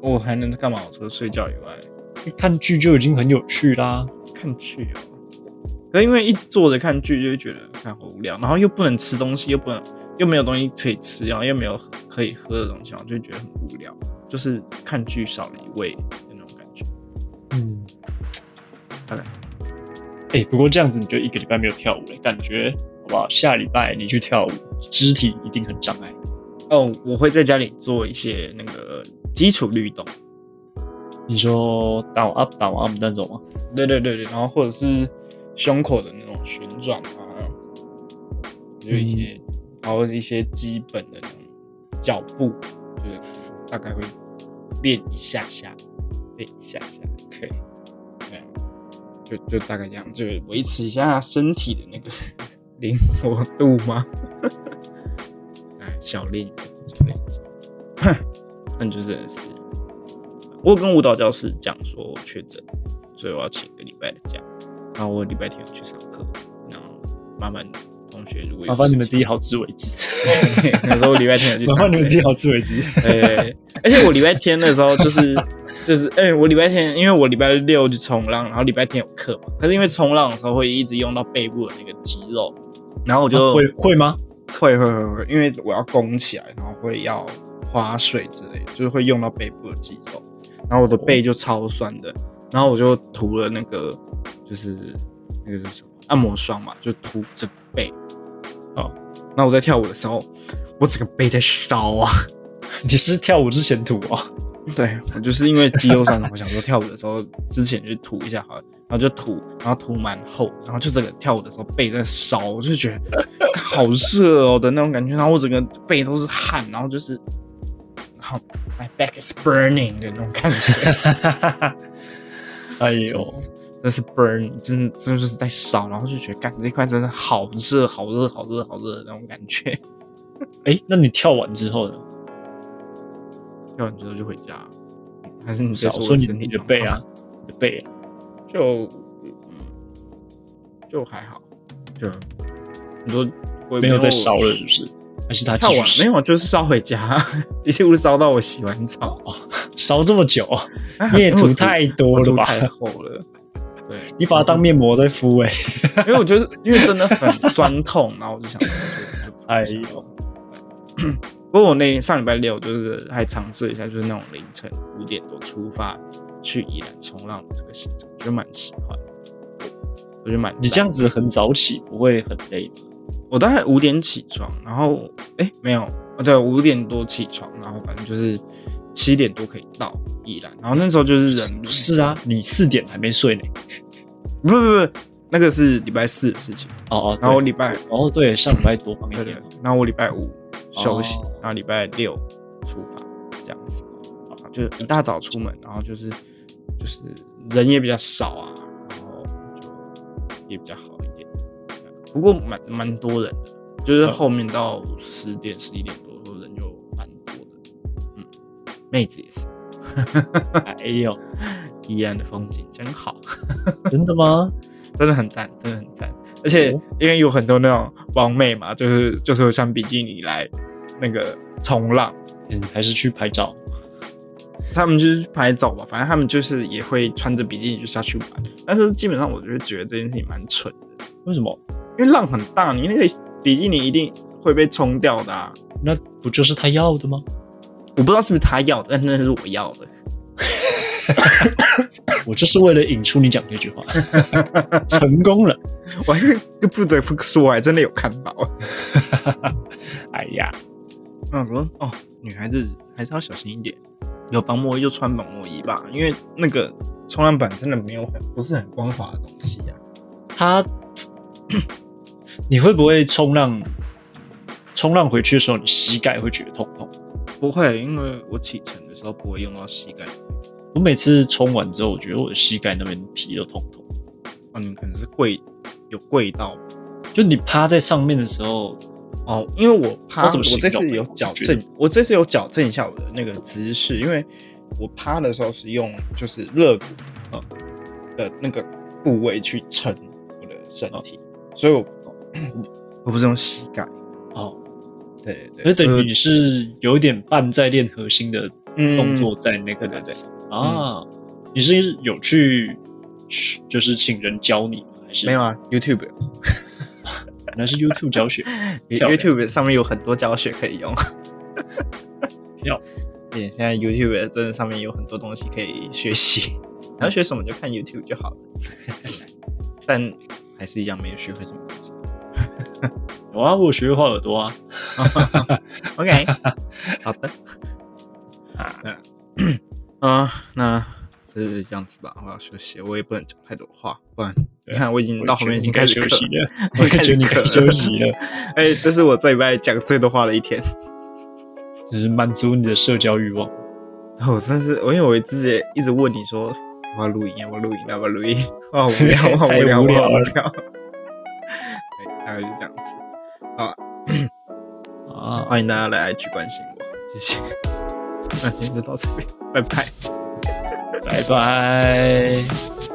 [SPEAKER 2] 我还能干嘛？我除了睡觉以外，
[SPEAKER 1] 看剧就已经很有趣啦。
[SPEAKER 2] 看剧哦。可因为一直坐着看剧，就会觉得看好无聊，然后又不能吃东西，又不能又没有东西可以吃，然后又没有可以喝的东西，然后就觉得很无聊，就是看剧少了一味的那种感觉。
[SPEAKER 1] 嗯，
[SPEAKER 2] 大概
[SPEAKER 1] 哎、不过这样子你就一个礼拜没有跳舞了、感觉好不好？下礼拜你去跳舞，肢体一定很障碍。
[SPEAKER 2] 哦，我会在家里做一些那个基础律动，
[SPEAKER 1] 你说 down up down up 那种吗？
[SPEAKER 2] 对对对对，然后或者是胸口的那种旋转啊，就一些，然后一些基本的那种脚步，就是大概会练一下下，练一下下。
[SPEAKER 1] OK，
[SPEAKER 2] 对啊，就就大概这样，就是维持一下身体的那个 灵活度吗？哎，小练一下，小练一下。那就真的是，我有跟舞蹈教师讲说我确诊，所以我要请一个礼拜的假，然后我礼拜天有去上课，然后麻烦同学如果有
[SPEAKER 1] 麻烦你们
[SPEAKER 2] 事
[SPEAKER 1] 自己好自为之，
[SPEAKER 2] 情， 有时候我礼拜天有去上
[SPEAKER 1] 麻
[SPEAKER 2] 课，
[SPEAKER 1] 烦你们自己好自为 之。
[SPEAKER 2] 对，而且我礼拜天的时候就是就是，哎、我礼拜天因为我礼拜六去冲浪，然后礼拜天有课嘛，可是因为冲浪的时候会一直用到背部的那个肌肉，然后我就
[SPEAKER 1] 会会吗？
[SPEAKER 2] 会会会会，因为我要弓起来，然后会要划水之类的，就是会用到背部的肌肉，然后我的背就超酸的，然后我就涂了那个就是那个是什么按摩霜嘛，就涂整个背。
[SPEAKER 1] 哦，
[SPEAKER 2] 那我在跳舞的时候，我整个背在烧啊！
[SPEAKER 1] 你是跳舞之前吐啊？
[SPEAKER 2] 对我就是因为肌肉酸痛，我想说跳舞的时候之前去吐一下好了，然后就吐，然后吐蛮厚，然后就整个跳舞的时候背在烧，我就觉得干好热哦的那种感觉，然后我整个背都是汗，然后就是，然后 my back is burning 的那种感觉，
[SPEAKER 1] 哎呦，
[SPEAKER 2] 那是 burn，真的真的就是在烧，然后就觉得干这块真的好热，好热，好热，好热的那种感觉。
[SPEAKER 1] 哎、那你跳完之后呢？
[SPEAKER 2] 跳完之后就回家，还是你
[SPEAKER 1] 不
[SPEAKER 2] 在
[SPEAKER 1] 是啊，我说你
[SPEAKER 2] 身体
[SPEAKER 1] 你的
[SPEAKER 2] 状
[SPEAKER 1] 背
[SPEAKER 2] 况
[SPEAKER 1] 啊，你的背啊、
[SPEAKER 2] 就嗯，就还好，就你说我也
[SPEAKER 1] 没有在烧
[SPEAKER 2] 烧
[SPEAKER 1] 了，是不是？还是他继
[SPEAKER 2] 跳
[SPEAKER 1] 续
[SPEAKER 2] 完没有，就是烧回家，一路烧到我洗完澡，
[SPEAKER 1] 烧这么 久啊、
[SPEAKER 2] 啊
[SPEAKER 1] 你也
[SPEAKER 2] 因为我
[SPEAKER 1] 涂太多
[SPEAKER 2] 我
[SPEAKER 1] 了
[SPEAKER 2] 涂
[SPEAKER 1] 吧？
[SPEAKER 2] 太厚了。对，
[SPEAKER 1] 你把它当面膜在敷哎、
[SPEAKER 2] 因为我觉得，因为真的很酸痛，然后我就想说就，就
[SPEAKER 1] 哎呦，
[SPEAKER 2] 不过我那上礼拜六就是还尝试了一下，就是那种凌晨五点多出发去宜兰冲浪的这个行程，我觉得蛮喜欢的，我觉得蛮
[SPEAKER 1] 你这
[SPEAKER 2] 赞的
[SPEAKER 1] 样子很早起，不会很累吗？
[SPEAKER 2] 我大概五点起床，然后哎、诶没有啊，对，五点多起床，然后反正就是七点多可以到宜兰，然后那时候就是人
[SPEAKER 1] 不是啊，你四点还没睡呢。
[SPEAKER 2] 不不不，那个是礼拜四的事情，
[SPEAKER 1] 哦哦，
[SPEAKER 2] 然后
[SPEAKER 1] 对
[SPEAKER 2] 礼拜
[SPEAKER 1] 哦对，上礼拜多放一
[SPEAKER 2] 对对
[SPEAKER 1] 点，，
[SPEAKER 2] 然后我礼拜五休息，
[SPEAKER 1] 哦
[SPEAKER 2] 然后礼拜六出发，这样子，啊就是一大早出门，然后就是就是人也比较少啊，然后就也比较好一点，不过蛮蛮多人的，就是
[SPEAKER 1] 嗯
[SPEAKER 2] 后面到十点十一点多的时候人就蛮多的，嗯，妹子也是，
[SPEAKER 1] 哎呦，
[SPEAKER 2] 宜兰的风景真好。
[SPEAKER 1] 真的吗？
[SPEAKER 2] 真的很赞，真的很赞。而且
[SPEAKER 1] 哦
[SPEAKER 2] 因为有很多那种网妹嘛，就是就是会穿比基尼来那个冲浪，
[SPEAKER 1] 嗯，还是去拍照。
[SPEAKER 2] 他们就是拍照吧，反正他们就是也会穿着比基尼就下去玩。但是基本上我就觉得这件事情蛮蠢的，
[SPEAKER 1] 为什么？
[SPEAKER 2] 因为浪很大，你那个比基尼一定会被冲掉的、啊。
[SPEAKER 1] 那不就是他要的吗？
[SPEAKER 2] 我不知道是不是他要的，但那是我要的。
[SPEAKER 1] 我就是为了引出你讲这句话， 成功了。
[SPEAKER 2] 我还不得不说，还真的有看到。
[SPEAKER 1] 哎呀，
[SPEAKER 2] 嗯，我说哦，女孩子还是要小心一点，有防磨衣就穿防磨衣吧，因为那个冲浪板真的没有很不是很光滑的东西啊。
[SPEAKER 1] 他，你会不会冲浪？冲浪回去的时候，你膝盖会觉得痛痛。
[SPEAKER 2] 不会，因为我启程的时候不会用到膝盖。
[SPEAKER 1] 我每次冲完之后，我觉得我的膝盖那边皮都痛痛。
[SPEAKER 2] 哦，你可能是跪有跪到
[SPEAKER 1] 就你趴在上面的时候，
[SPEAKER 2] 哦，因为我趴，
[SPEAKER 1] 我
[SPEAKER 2] 我
[SPEAKER 1] 怎么形容
[SPEAKER 2] 这次有矫正，我这次有矫正一下我的那个姿势，因为我趴的时候是用就是肋骨呃的那个部位去撑我的身体，所以我 我不是用膝盖。
[SPEAKER 1] 哦，
[SPEAKER 2] 对
[SPEAKER 1] 就
[SPEAKER 2] 对对，
[SPEAKER 1] 等于你是有一点半在练核心的
[SPEAKER 2] 嗯
[SPEAKER 1] 动作在那个
[SPEAKER 2] 对对
[SPEAKER 1] 板上啊。你是有去就是请人教你吗？还是
[SPEAKER 2] 没有？啊，YouTube
[SPEAKER 1] 那是 YouTube 教学。 漂亮
[SPEAKER 2] YouTube 上面有很多教学可以用。
[SPEAKER 1] 漂
[SPEAKER 2] 对，现在 YouTube 真的上面有很多东西可以学 习，你要学什么就看 YouTube 就好了。但还是一样没有学会什么东西。
[SPEAKER 1] 有啊，我有学会画耳朵啊。
[SPEAKER 2] OK，好的，
[SPEAKER 1] 啊，
[SPEAKER 2] 啊、那 就是这样子吧，我要休息，我也不能讲太多话，不然你看我已嗯经到后面已经开始
[SPEAKER 1] 啊我
[SPEAKER 2] 咳
[SPEAKER 1] 觉得你该休息了，
[SPEAKER 2] 我
[SPEAKER 1] 我
[SPEAKER 2] 已
[SPEAKER 1] 感
[SPEAKER 2] 经开
[SPEAKER 1] 觉
[SPEAKER 2] 始
[SPEAKER 1] 你
[SPEAKER 2] 咳
[SPEAKER 1] 该
[SPEAKER 2] 了
[SPEAKER 1] 休息了，
[SPEAKER 2] 哎、这是我这礼拜讲最多话的一天。
[SPEAKER 1] 就是满足你的社交欲望。
[SPEAKER 2] 我真哦是，我因为我一直一直问你说我要录音，我要录音，我要录音， 我好无聊，我好无聊，我好无聊。 对，大概就这样子。
[SPEAKER 1] 啊，
[SPEAKER 2] 欢迎大家来 IG 关心我，谢谢。 哎那今天就到这边，拜
[SPEAKER 1] 拜
[SPEAKER 2] 拜。
[SPEAKER 1] 拜。